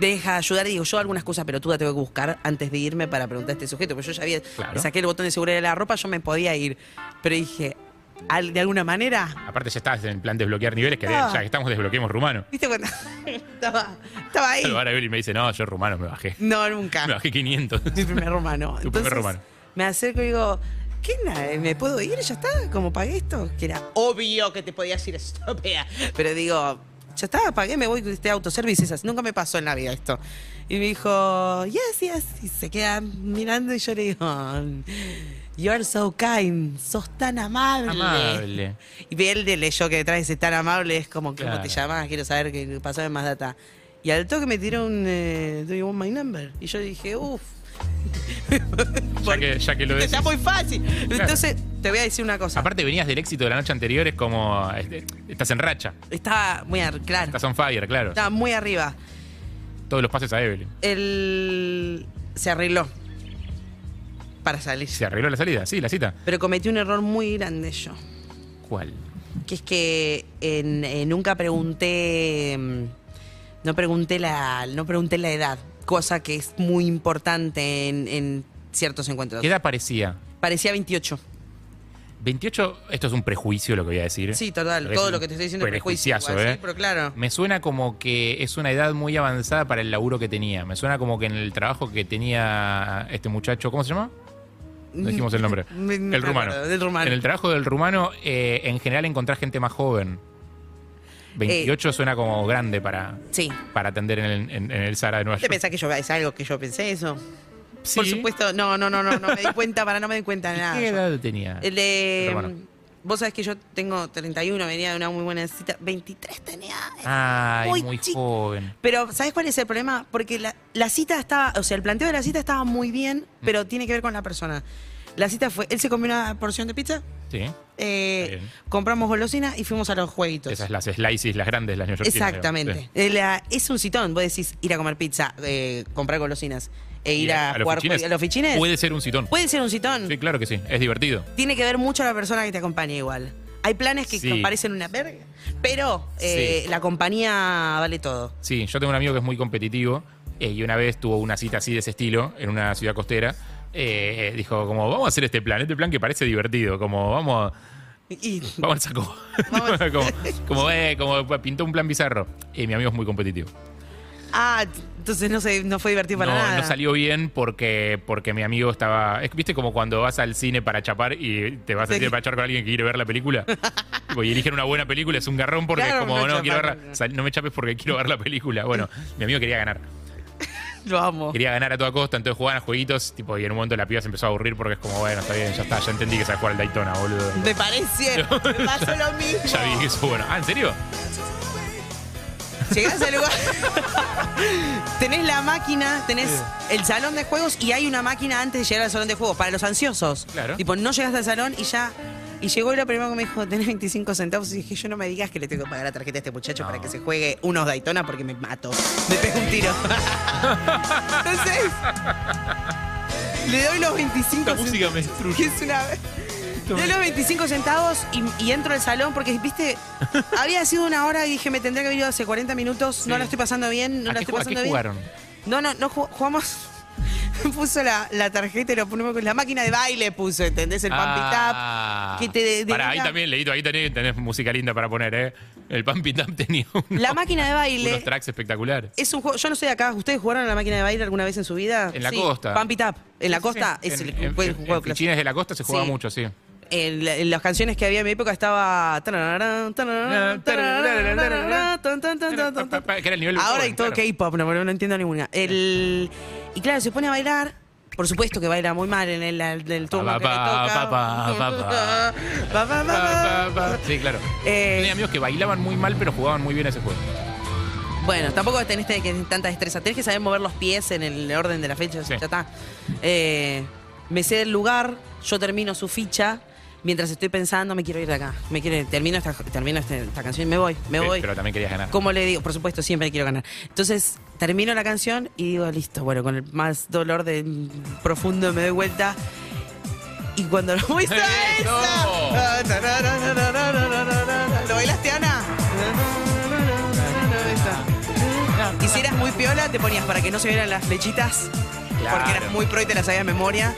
B: deja ayudar y digo, yo alguna excusa pelotuda tengo que buscar antes de irme para preguntar a este sujeto, porque yo ya había,
A: Claro.
B: le saqué el botón de seguridad de la ropa, yo me podía ir. Pero dije, al- de alguna manera,
A: Aparte ya estás en plan desbloquear niveles, que
B: Ah.
A: ya que estamos desbloqueemos rumano.
B: ¿viste cuando estaba, estaba ahí?
A: Ahora Evelyn me dice, no, yo rumano me bajé.
B: No, nunca.
A: Me bajé 500.
B: Mi primer romano.
A: Tu primer
B: Entonces,
A: romano.
B: Me acerco y digo, ¿qué nada? ¿Me puedo ir? ¿Ya está? ¿Cómo pagué esto? Que era obvio que te podías ir estúpida. Pero digo, ya está, pagué, me voy con este autoservice. Esas. Nunca me pasó en la vida esto. Y me dijo, yes, yes. Y se queda mirando y yo le digo, you're so kind, sos tan amable.
A: Amable.
B: Y ve el de leyó que detrás dice tan amable, es como, ¿cómo
A: Claro.
B: te llamas? Quiero saber, que pasame más data. Y al toque me tiró un, eh, do you want my number? Y yo dije, uff,
A: Ya que, ya que Ah. lo decís.
B: está muy fácil. Entonces, te voy a decir una cosa.
A: Aparte venías del éxito de la noche anterior, es como, este, estás en racha,
B: Estaba muy, ar- claro,
A: estás on fire, claro.
B: estaba muy arriba.
A: Todos los pases a Evelyn.
B: Él se arregló para salir.
A: Se arregló la salida, sí, la cita.
B: Pero cometí un error muy grande yo.
A: ¿Cuál?
B: que es que en- eh, nunca pregunté mm, no pregunté la no pregunté la edad cosa que es muy importante en, en ciertos encuentros
A: ¿Qué edad parecía?
B: parecía 28
A: 28, esto es un prejuicio lo que voy a decir.
B: sí total
A: Porque es
B: todo
A: un
B: lo que te estoy diciendo es prejuicio
A: prejuiciazo,
B: igual,
A: ¿eh?
B: sí, pero claro
A: Me suena como que es una edad muy avanzada para el laburo que tenía. Me suena como que en el trabajo que tenía este muchacho, ¿cómo se llama? No dijimos el nombre.
B: Me- me
A: el rumano.
B: acuerdo, del rumano.
A: En el trabajo del rumano, eh, en general encontrás gente más joven. 28
B: Eh,
A: suena como grande para,
B: sí
A: para atender en el, en- en el Sara de Nueva
B: ¿Te
A: York.
B: pensás que yo es algo que yo pensé eso?
A: Sí.
B: Por supuesto, no, no, no, no, no me di cuenta, para no me di cuenta de nada.
A: ¿Qué
B: yo.
A: edad tenía?
B: El de- mm,
A: Pero bueno.
B: Vos sabés que yo tengo 31, venía de una muy buena cita. 23 tenía.
A: Ay, muy,
B: muy chico.
A: joven.
B: Pero, ¿sabes cuál es el problema? Porque la, la cita estaba, o sea, el planteo de la cita estaba muy bien,
A: Mm.
B: pero tiene que ver con la persona. La cita fue, él se comió una porción de pizza,
A: Sí.
B: eh,
A: Está bien.
B: compramos golosina y fuimos a los jueguitos.
A: Esas las slices, las grandes, las neoyorquinas. digamos.
B: Exactamente.
A: Sí.
B: Eh, la- es un citón, vos decís ir a comer pizza, eh, comprar golosinas e ir
A: Y
B: a,
A: los
B: jugar
A: fichines,
B: jue- a los fichines.
A: Puede ser un citón.
B: Puede ser un citón.
A: Sí, claro que sí. Es divertido.
B: Tiene que ver mucho la persona que te acompaña igual. Hay planes que
A: Sí.
B: parecen una verga, pero eh,
A: Sí.
B: la compañía vale todo.
A: Sí, yo tengo un amigo que es muy competitivo eh, y una vez tuvo una cita así de ese estilo en una ciudad costera. Eh, dijo como, vamos a hacer este plan, este plan que parece divertido, como vamos,
B: Y, y-
A: vamos al saco.
B: Vamos.
A: como, como, eh, como pintó un plan bizarro. Y mi amigo es muy competitivo.
B: ah, t- entonces no, se, no fue divertido para
A: no,
B: nada.
A: no salió bien porque, porque mi amigo estaba. Es, que, ¿Viste como cuando vas al cine para chapar y te vas al
B: Sí.
A: cine para chapar con alguien que quiere ver la película? Tipo, y eligen una buena película, es un garrón porque
B: Claro,
A: es como,
B: no
A: no, quiero
B: chaparon,
A: verla.
B: no.
A: sal- no me chapes porque quiero ver la película. Bueno, mi amigo quería ganar.
B: Lo amo.
A: Quería ganar a toda costa, entonces jugaban a jueguitos. Tipo, y en un momento la piba se empezó a aburrir porque es como, bueno, está bien, ya está, ya entendí que sabes jugar al Daytona, boludo.
B: Me parece, me pasó lo mismo.
A: Ya vi que eso, bueno. Ah, ¿en serio?
B: Llegás al lugar. tenés la máquina, tenés el salón de juegos y hay una máquina antes de llegar al salón de juegos para los ansiosos.
A: Claro.
B: Tipo, no llegaste al salón y ya. Y llegó y lo primero que me dijo, tenés 25 centavos. Y dije, yo no me digas que le tengo que pagar la tarjeta a este muchacho
A: No.
B: para que se juegue unos Daytona porque me mato. Me pego un tiro. Entonces, le doy los 25
A: La música me destruye.
B: Es una... Le doy los 25 centavos y, y entro al salón porque, viste, había sido una hora y dije, me tendría que haber ido hace 40 minutos. No la estoy pasando bien, no
A: ¿A
B: la
A: qué
B: estoy
A: ju- a qué
B: pasando bien.
A: jugaron?
B: No, no, no ju- jugamos. Puso la, la tarjeta y lo ponemos con la máquina de baile, puso, ¿entendés? El
A: Ah.
B: pump it up. Que te de-
A: Pará, ahí
B: denota-
A: también, Leito, ahí tenés, tenés música linda para poner, ¿eh? El Pump Tap tenía uno-
B: La máquina de
A: unos
B: baile
A: tracks espectaculares.
B: es un juego. Yo no soy de acá. ¿Ustedes jugaron a la máquina de baile alguna vez en su vida?
A: En la
B: Sí,
A: costa.
B: Pump it up. En la
A: Sí,
B: costa
A: sí,
B: es
A: en-
B: el,
A: en-
B: fue el
A: en-
B: juego
A: en
B: clásico.
A: Fichines de la costa se jugaba
B: Sí.
A: mucho, sí.
B: En, la- en las canciones que había en mi época estaba. tararán, tararán, tararán, tararán, tan, tan, tan, tan, tan, tan.
A: Que era el nivel
B: Ahora
A: joven,
B: hay todo
A: claro.
B: K-pop, no, no entiendo ninguna. El, y claro, se pone a bailar. Por supuesto que baila muy mal en el, en el turno que le
A: Pa,
B: toca.
A: pa, pa, pa, pa.
B: Pa, pa, pa,
A: Pa, pa,
B: pa.
A: pa. Sí, claro.
B: Eh,
A: Tenía amigos que bailaban muy mal, pero jugaban muy bien ese juego.
B: Bueno, tampoco tenés que- que tanta destreza. Tenés que saber mover los pies en el orden de la fecha.
A: Sí.
B: Ya está. Eh, me sé el lugar, yo termino su ficha. mientras estoy pensando, me quiero ir de acá. Me quiero ir. Termino esta, termino esta, esta canción y me voy, me
A: Pe-
B: voy.
A: Pero también querías ganar.
B: ¿Cómo le digo? Por supuesto, siempre quiero ganar. Entonces, termino la canción y digo, listo, bueno, con el más dolor de profundo me doy vuelta. Y cuando lo voy a
A: ¡Eso!
B: esa. ¿Lo bailaste, Ana? Y si eras muy piola, te ponías para que no se vieran las flechitas,
A: Claro.
B: porque eras muy pro y te las sabías de memoria,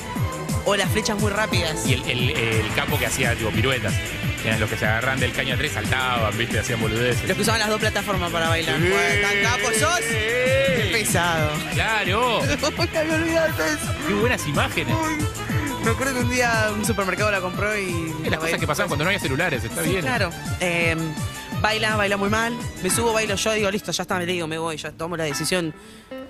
B: o las flechas muy rápidas.
A: Y el, el- el capo que hacía tipo piruetas. Eran los que se agarran del caño atrás y saltaban, viste, hacían boludeces.
B: Los que usaban las dos plataformas para bailar.
A: Sí.
B: Bueno, Tan capo sos. Qué pesado.
A: Claro.
B: Me había olvidado de todo eso.
A: Qué buenas imágenes.
B: Me acuerdo que un día un supermercado la compró y.
A: Es las cosas que pasaban cuando no había celulares, está
B: Sí,
A: bien.
B: claro. Eh, baila, baila muy mal. Me subo, bailo yo, digo, listo, ya está, me digo, me voy, ya tomo la decisión.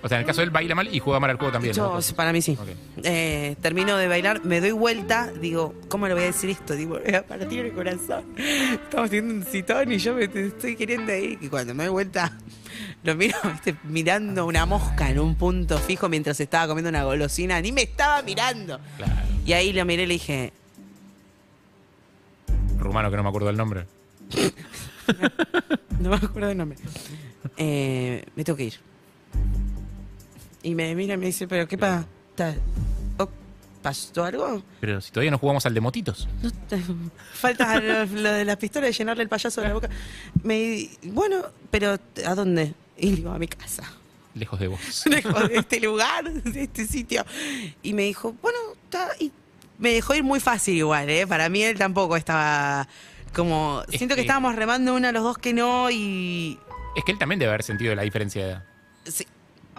A: O sea, en el caso de él baila mal y juega mal al juego también.
B: Yo,
A: ¿no?
B: para mí sí.
A: Ok.
B: Eh, termino de bailar, me doy vuelta, digo, ¿cómo le voy a decir esto? Digo, me va a partir el corazón. Estamos teniendo un citón y yo me te- estoy queriendo ir. Y cuando me doy vuelta, lo miro viste, mirando una mosca en un punto fijo mientras estaba comiendo una golosina. Ni me estaba mirando.
A: Claro.
B: Y ahí lo miré y le dije,
A: Rumano que no me acuerdo el nombre.
B: No me acuerdo el nombre. Eh, me tengo que ir. Y me mira y me dice, ¿pero qué pasa? ¿Oh, ¿Pasó algo?
A: Pero si todavía no jugamos al de motitos.
B: No te- Falta lo, lo de las pistolas y llenarle el payaso de la boca. Me di- bueno, pero ¿a dónde? Y le digo, a mi casa.
A: Lejos de vos.
B: Lejos de este lugar, de este sitio. Y me dijo, bueno, está. Y me dejó ir muy fácil igual, ¿eh? Para mí él tampoco estaba como.
A: Es
B: Siento que
A: que-
B: estábamos remando uno a los dos que no y.
A: Es que él también debe haber sentido la diferencia de edad.
B: Sí.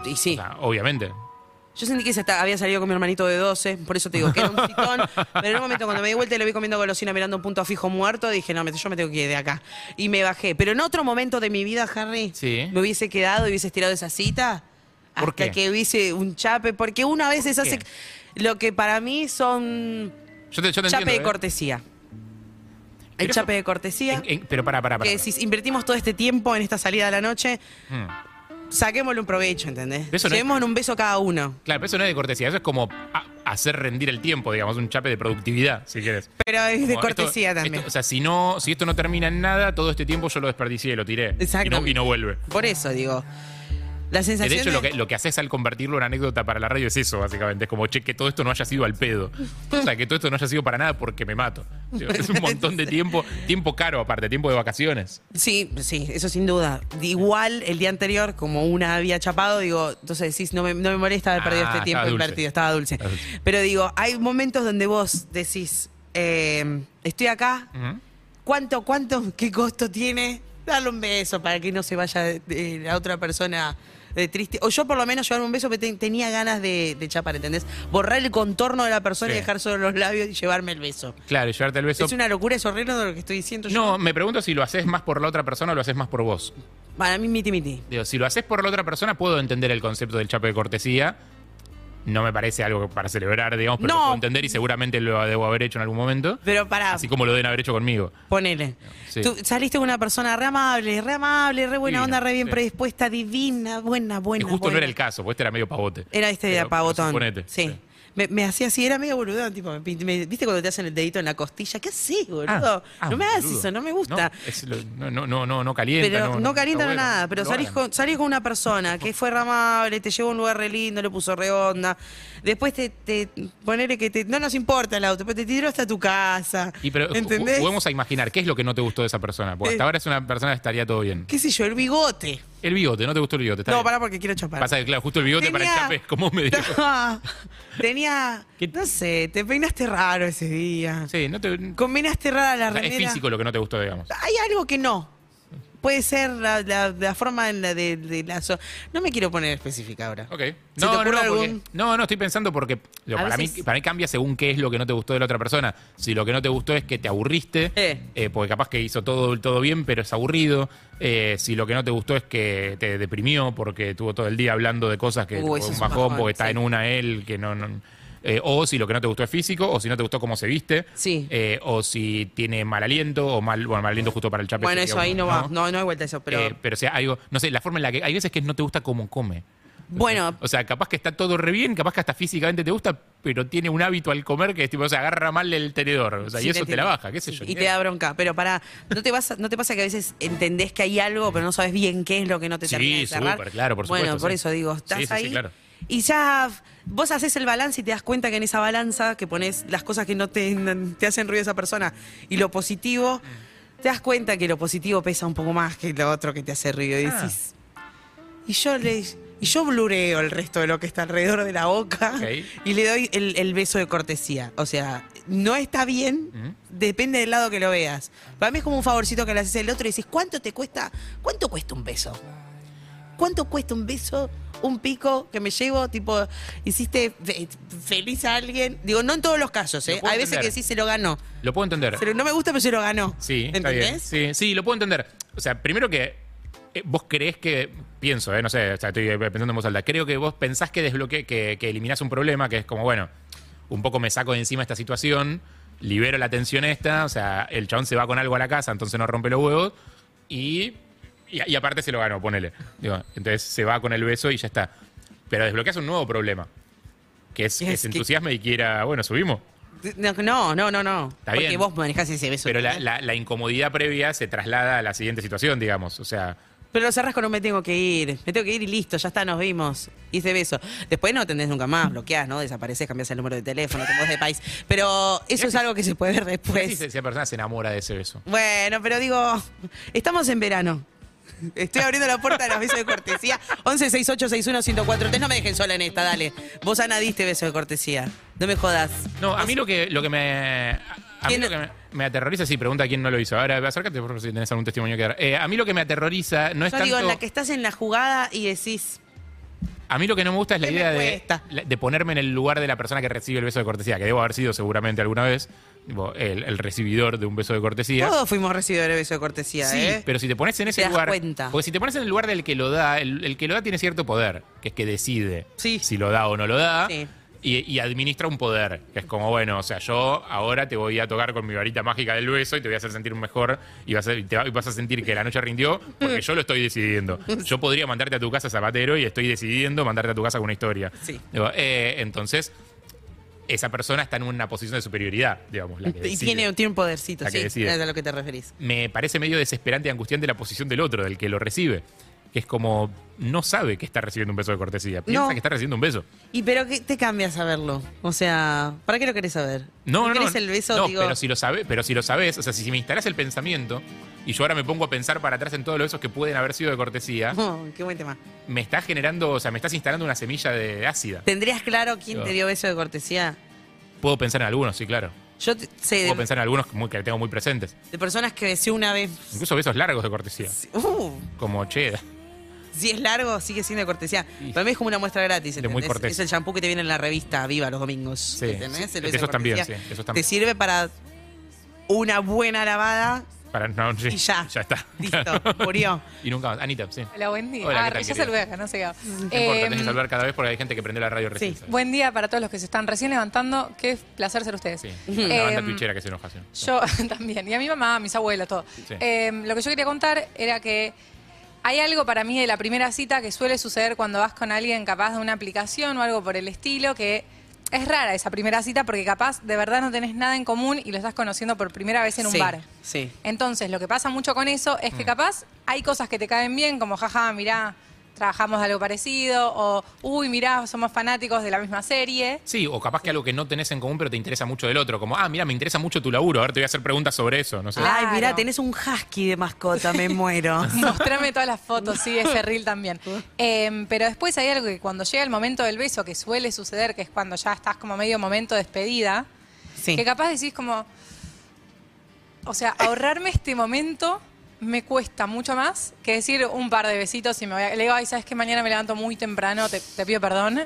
B: Y sí.
A: O sea, obviamente.
B: Yo sentí que se hasta- había salido con mi hermanito de 12, por eso te digo que era un citón. pero en un momento cuando me di vuelta y lo vi comiendo golosina mirando un punto fijo muerto, dije, no, me- yo me tengo que ir de acá. Y me bajé. Pero en otro momento de mi vida, Harry,
A: Sí.
B: me hubiese quedado y hubiese estirado esa cita
A: ¿Por
B: hasta
A: qué?
B: que hubiese un chape, porque una vez se
A: ¿Por
B: hace
A: qué?
B: lo que para mí son
A: Yo te, yo te
B: chape
A: entiendo,
B: de
A: ¿eh?
B: cortesía. El
A: Pero
B: chape
A: eso-
B: de cortesía.
A: En- en- pero para, para, para.
B: que si invertimos todo este tiempo en esta salida de la noche,
A: Mm.
B: saquémosle un provecho, ¿entendés?
A: Eso no es-
B: Llevémonos un beso cada uno.
A: Claro, pero eso no es de cortesía, eso es como a- hacer rendir el tiempo, digamos, un chape de productividad, si quieres.
B: Pero es de
A: Como esto-
B: cortesía
A: esto-
B: también.
A: o sea, si no, si esto no termina en nada, todo este tiempo yo lo desperdicié y lo tiré. Y no,
B: Exactamente.
A: y no vuelve.
B: Por eso digo. La sensación.
A: De hecho, lo
B: de-
A: que, lo que haces al convertirlo en anécdota para la radio es eso, básicamente. Es como, che, que todo esto no haya sido al pedo. O sea, que todo esto no haya sido para nada porque me mato. Digo, Es un montón de tiempo, tiempo caro aparte, tiempo de vacaciones.
B: Sí, sí, eso sin duda. Igual el día anterior, como una había chapado, digo, entonces decís, no me, no me molesta haber
A: Ah,
B: perdido este
A: estaba
B: tiempo
A: dulce.
B: invertido, estaba dulce.
A: Estaba dulce.
B: Pero digo, hay momentos donde vos decís, eh, estoy acá,
A: Ujú.
B: ¿cuánto, cuánto, qué costo tiene darle un beso para que no se vaya eh, la otra persona eh, triste? O yo por lo menos llevarme un beso, porque te- tenía ganas de, de chapar, ¿entendés? Borrar el contorno de la persona y
A: Sí.
B: dejar solo los labios y llevarme el beso.
A: Claro, y llevarte el beso.
B: Es una locura, es horrible lo que estoy diciendo. yo.
A: No, me pregunto si lo haces más por la otra persona o lo haces más por vos.
B: Para mí, miti miti.
A: Digo, si lo haces por la otra persona, puedo entender el concepto del chape de cortesía. No me parece algo para celebrar, digamos, pero
B: No.
A: lo puedo entender y seguramente lo debo haber hecho en algún momento.
B: Pero pará,
A: Así como lo deben haber hecho conmigo.
B: ponele.
A: Sí.
B: Tú saliste con una persona re amable, re amable, re buena
A: Divina,
B: onda, re bien
A: sí.
B: predispuesta, divina, buena,
A: Que
B: buena.
A: justo
B: buena.
A: no era el caso, porque este era medio pavote.
B: Era este de
A: Pero,
B: apagotón.
A: suponete,
B: Sí.
A: sí.
B: Me, me hacía así, era medio boludo, tipo, me pin- me- ¿viste cuando te hacen el dedito en la costilla? ¿Qué haces, boludo?
A: ah,
B: no me hagas
A: boludo.
B: eso, no me gusta.
A: No, es lo- no, no, no, no, no calienta.
B: Pero no, calienta
A: está bueno.
B: nada, pero
A: No
B: salís
A: hagan.
B: con, salís con una persona que fue re amable, te llevó a un lugar re lindo, le puso re onda. Después te, te ponele que te, no nos importa el auto, pero te tiró hasta tu casa.
A: Y pero ju-
B: ¿Entendés?
A: juguemos a imaginar qué es lo que no te gustó de esa persona. Porque hasta
B: Eh.
A: ahora es una persona que estaría todo bien.
B: qué sé yo, el bigote.
A: El bigote, no te gustó el bigote. está
B: No,
A: bien.
B: pará porque quiero chapar.
A: Pasa que, claro, justo el bigote para el chape es como medio.
B: No, tenía,
A: ¿Qué?
B: no sé, te peinaste raro ese día.
A: Sí, no te. o
B: Combinaste rara la
A: sea, es
B: remera.
A: físico lo que no te gustó, digamos.
B: Hay algo que no. Puede ser la, la- la forma en la de, de la... so- no me quiero poner específica ahora.
A: Ok.
B: ¿Se te
A: No, no, no,
B: ocurre
A: porque-
B: algún-
A: no, no, estoy pensando porque digo,
B: A
A: para, mí,
B: veces-
A: para mí cambia según qué es lo que no te gustó de la otra persona. Si lo que no te gustó es que te aburriste,
B: Eh.
A: eh, porque capaz que hizo todo, todo bien, pero es aburrido. Eh, si lo que no te gustó es que te deprimió porque estuvo todo el día hablando de cosas que
B: Uh,
A: fue
B: eso
A: un
B: es un
A: bajón,
B: bajón,
A: porque está
B: sí.
A: en una él que no... no- eh, o si lo que no te gustó es físico, o si no te gustó cómo se viste,
B: Sí.
A: eh, o si tiene mal aliento, o mal, bueno, mal aliento justo para el chape.
B: Bueno,
A: sería
B: eso ahí
A: un-
B: no va. No, no hay vuelta a eso, pero...
A: eh, pero o sea, algo, no sé, la forma en la que hay veces que no te gusta cómo come.
B: Bueno.
A: O sea, capaz que está todo re bien, capaz que hasta físicamente te gusta, pero tiene un hábito al comer que es tipo, o sea, agarra mal el tenedor. O sea,
B: Sí,
A: y eso te,
B: entiendo.
A: la baja, qué sé yo.
B: Y te da bronca. Pero para, ¿no te, pasa, ¿no te pasa que a veces entendés que hay algo, pero no sabes bien qué es lo que no te
A: Sí,
B: termina de cerrar?
A: súper, claro, por
B: Bueno,
A: supuesto,
B: por
A: sí.
B: eso digo, estás
A: Sí, sí, sí,
B: ahí.
A: claro.
B: Y ya vos haces el balance y te das cuenta que en esa balanza que pones las cosas que no te, te hacen ruido a esa persona y lo positivo,
A: Mm.
B: te das cuenta que lo positivo pesa un poco más que lo otro que te hace ruido. Y
A: Ah.
B: decís, y yo le y yo blureo el resto de lo que está alrededor de la boca
A: Ok.
B: y le doy el, el beso de cortesía. O sea, no está bien, depende del lado que lo veas. Para mí es como un favorcito que le haces al otro y dices, ¿cuánto te cuesta? ¿Cuánto cuesta un beso? ¿Cuánto cuesta un beso? Un pico que me llevo, tipo, hiciste fe- feliz a alguien. Digo, no en todos los casos,
A: Lo
B: ¿eh?
A: puedo
B: Hay veces
A: entender.
B: que sí se lo ganó.
A: Lo puedo entender.
B: Se lo- no me gusta, pero se lo ganó.
A: Sí, está
B: ¿entendés?
A: bien. Sí, sí, lo puedo entender. O sea, primero que eh, vos creés que. Pienso, eh, no sé, o sea, estoy eh, pensando en voz alta. Creo que vos pensás que desbloque, que, que eliminás un problema, que es como, bueno, un poco me saco de encima esta situación, libero la tensión esta, o sea, el chabón se va con algo a la casa, entonces no rompe los huevos, y. Y, y aparte se lo ganó, ponele. Digo, entonces se va con el beso y ya está. Pero desbloqueas un nuevo problema. Que es, que
B: Es
A: se
B: que-
A: entusiasme y quiera, bueno, subimos.
B: No, no, no, no. Porque
A: bien.
B: vos manejás ese beso.
A: Pero la,
B: ¿eh?
A: la- la incomodidad previa se traslada a la siguiente situación, digamos. O sea,
B: Pero lo cerrás con un me tengo que ir, me tengo que ir y listo, ya está, nos vimos. Hice beso. Después no atendés nunca más, bloqueás, ¿no? Desapareces, cambiás el número de teléfono, te mudás de país. Pero eso es algo que se puede ver
A: pues,
B: después.
A: si esa persona se enamora de ese beso.
B: Bueno, pero digo, estamos en verano. Estoy abriendo la puerta de los besos de cortesía. 11 68 61 1043. No me dejen sola en esta, dale. Vos, Ana, diste beso de cortesía. No me jodas.
A: No, a mí lo que, lo que me. a- A mí
B: ¿Quién-
A: lo que me, me aterroriza, sí, pregunta quién no lo hizo. Ahora, acércate por favor, si tenés algún testimonio que dar. Eh, a mí lo que me aterroriza no es
B: Yo
A: tanto.
B: digo, en la que estás en la jugada y decís,
A: A mí lo que no me gusta es la
B: ¿Qué me
A: idea de,
B: cuesta?
A: la- de ponerme en el lugar de la persona que recibe el beso de cortesía, que debo haber sido seguramente alguna vez, tipo, el, el recibidor de un beso de cortesía.
B: todos fuimos recibidores de beso de cortesía,
A: Sí,
B: ¿eh?
A: pero si te pones en ese
B: Te das
A: lugar.
B: cuenta.
A: Porque si te pones en el lugar del que lo da, el, el que lo da tiene cierto poder, que es que decide
B: Sí.
A: si lo da o no lo da.
B: Sí.
A: Y, y administra un poder, que es como, bueno, o sea, yo ahora te voy a tocar con mi varita mágica del beso y te voy a hacer sentir mejor y vas a, y te va- y vas a sentir que la noche rindió porque yo lo estoy decidiendo. Yo podría mandarte a tu casa zapatero y estoy decidiendo mandarte a tu casa con una historia.
B: Sí.
A: Digo, eh, entonces, esa persona está en una posición de superioridad, digamos. La que
B: Y
A: decide
B: tiene, tiene un podercito,
A: La que
B: sí.
A: decide.
B: Es a lo que te referís.
A: me parece medio desesperante y angustiante la posición del otro, del que lo recibe. Que es como, no sabe que está recibiendo un beso de cortesía. Piensa
B: No.
A: que está recibiendo un beso.
B: ¿Y pero qué te cambia saberlo? O sea, ¿para qué lo querés saber?
A: No,
B: ¿No
A: no,
B: querés
A: no.
B: el beso?
A: no,
B: digo,
A: pero si lo sabes, pero si lo sabes, o sea, si, si me instalás el pensamiento y yo ahora me pongo a pensar para atrás en todos los besos que pueden haber sido de cortesía,
B: Oh, qué buen tema.
A: me estás generando, o sea, me estás instalando una semilla de ácida.
B: ¿Tendrías claro quién
A: Yo.
B: te dio beso de cortesía?
A: Puedo pensar en algunos, sí, claro.
B: Yo te- sé
A: Puedo
B: de,
A: pensar en algunos que muy- que tengo muy presentes.
B: de personas que besé una vez.
A: Incluso besos largos de cortesía.
B: Uh,
A: Como, che,
B: si es largo, sigue siendo de cortesía. Para mí es como una muestra gratis.
A: De muy
B: ¿entendés?
A: cortés.
B: Es el shampoo que te viene en la revista Viva los domingos.
A: Sí,
B: ¿entendés?
A: sí.
B: El beso de
A: Esos también,
B: cortesía.
A: sí, esos también.
B: Te sirve para una buena lavada
A: para no, sí,
B: y ya.
A: Ya está.
B: Listo, murió.
A: y nunca más. Anita, sí.
E: Hola, buen día.
A: Hola, ¿qué
E: ah,
A: tal,
E: ya
A: querida?
E: saludé acá, no sé qué.
A: No importa, tenés que
E: Em,
A: saludar cada vez porque hay gente que prende la radio recién.
B: Sí.
A: ¿sabes?
E: Buen día para todos los que se están recién levantando. Qué placer ser ustedes.
A: Sí, una banda
E: Em,
A: twitchera que se enoja. sí.
E: Yo también, y a mi mamá, a mis abuelos, todo.
A: Sí.
E: Eh, lo que yo quería contar era que hay algo para mí de la primera cita que suele suceder cuando vas con alguien capaz de una aplicación o algo por el estilo, que es rara esa primera cita porque capaz de verdad no tenés nada en común y lo estás conociendo por primera vez en un
B: Sí,
E: bar.
B: Sí. Mm.
E: Entonces, lo que pasa mucho con eso es que capaz hay cosas que te caen bien, como jaja, mirá, trabajamos de algo parecido, o uy, mirá, somos fanáticos de la misma serie.
A: Sí, o capaz que algo que no tenés en común pero te interesa mucho del otro. Como, ah, mira, me interesa mucho tu laburo. A ver, te voy a hacer preguntas sobre eso. No sé.
E: Ah.
B: Ay, mirá,
E: Claro.
B: tenés un husky de mascota, me muero.
E: Mostrame todas las fotos, sí, ese reel también. Em, pero después hay algo que cuando llega el momento del beso, que suele suceder, que es cuando ya estás como medio momento de despedida,
B: Sí.
E: que capaz decís como, o sea, ahorrarme este momento me cuesta mucho más que decir un par de besitos y me voy a... Le digo, ay, ¿sabes que Mañana me levanto muy temprano, te, te pido perdón,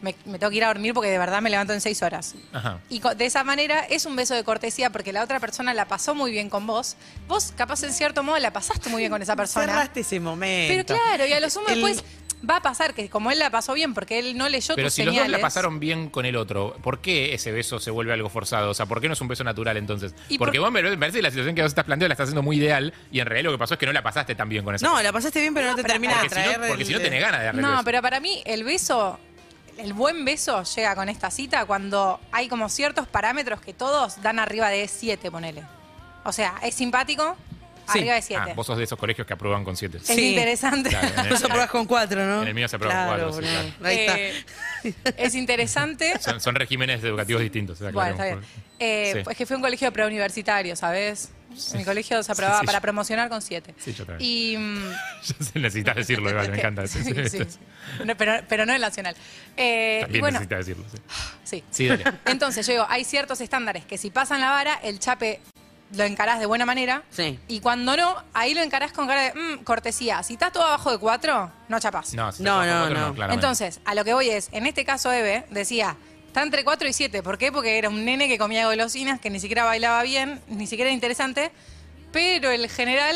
E: me, me tengo que ir a dormir porque de verdad me levanto en seis horas.
A: Ajá.
E: Y co- de esa manera es un beso de cortesía porque la otra persona la pasó muy bien con vos. Vos, capaz, en cierto modo, la pasaste muy bien con esa persona.
B: Cerraste ese momento.
E: Pero claro, y a lo sumo
B: El-
E: después va a pasar, que como él la pasó bien, porque él no leyó
A: Pero
E: tus
A: si los
E: señales.
A: dos la pasaron bien con el otro, ¿por qué ese beso se vuelve algo forzado? O sea, ¿por qué no es un beso natural entonces?
E: Y
A: Porque
E: por-
A: vos me me parece que la situación que vos estás planteando la estás haciendo muy ideal y en realidad lo que pasó es que no la pasaste tan bien con esa
B: No,
A: persona.
B: la pasaste bien, pero no, te termina de
A: porque si
B: atraer.
A: no, porque
B: el-
A: si no tenés ganas de darle el
E: No,
A: beso.
E: pero para mí el beso, el buen beso llega con esta cita cuando hay como ciertos parámetros que todos dan arriba de 7, ponele. O sea, es simpático,
B: Sí.
E: arriba de
A: Ah,
E: 7.
A: vos sos de esos colegios que aprueban con siete.
E: Es
B: Sí.
E: interesante.
A: Claro, en el-
B: Vos aprobás con cuatro, ¿no?
A: En el mío se aprueba con
B: Claro,
A: cuatro, sí,
B: boludo.
A: claro.
B: Ahí está.
E: Eh, es interesante.
A: son, son regímenes educativos distintos. o sea,
E: Bueno, está
A: claro.
E: bien. Eh,
A: Sí.
E: Es que fue un colegio preuniversitario, ¿sabes? En mi colegio se aprobaba
A: Sí, sí,
E: para
A: yo-
E: promocionar con 7.
A: Sí, yo también.
E: Y. mm,
A: Ya se necesitas decirlo, igual, me encanta. Sí, sí,
E: sí, sí. No, pero, pero no el nacional. Eh, y
A: También
E: bueno,
A: necesitas decirlo. Sí,
E: sí.
A: sí dale.
E: Entonces, yo digo, hay ciertos estándares que si pasan la vara, el chape lo encarás de buena manera.
B: Sí.
E: Y cuando no, ahí lo encarás con cara de "Mm, cortesía. Si estás todo abajo de cuatro, no chapás.
A: No, si te
B: No,
A: pasa
B: no,
A: otro,
B: no.
A: claramente.
E: Entonces, a lo que voy es, en este caso Eve decía, está entre 4 y 7. ¿Por qué? Porque era un nene que comía golosinas, que ni siquiera bailaba bien, ni siquiera era interesante, pero el general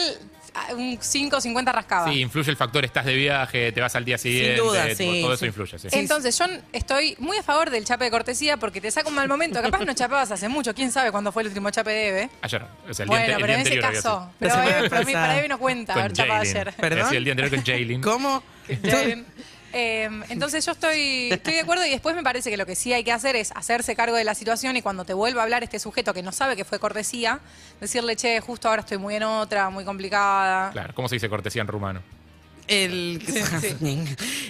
E: ah, un 5 o 50 rascaba.
A: Sí, influye el factor, estás de viaje, te vas al día siguiente.
B: duda,
A: todo-
B: sí,
A: Todo
B: sí.
A: eso influye. sí.
E: Entonces, yo estoy muy a favor del chape de cortesía porque te saca un mal momento. Capaz no chapabas hace mucho, quién sabe cuándo fue el último chape de Eve.
A: Ayer, o sea, el
E: Bueno,
A: día, ante- el
E: pero
A: día
E: en ese
A: anterior. había
E: caso,
A: sido.
E: pero
B: La semana
E: Eve- para mí,
B: pasada.
E: para Eve no cuenta haber
A: Con
E: chapado
A: Jaylin.
E: ayer.
B: ¿Perdón?
A: Había sido El día anterior con Jaylin.
B: ¿Cómo?
E: Jaden. Eh, entonces yo estoy, estoy de acuerdo y después me parece que lo que sí hay que hacer es hacerse cargo de la situación y cuando te vuelva a hablar este sujeto que no sabe que fue cortesía, decirle, che, justo ahora estoy muy en otra, muy complicada.
A: Claro, ¿cómo se dice cortesía en rumano?
B: El.
E: sí.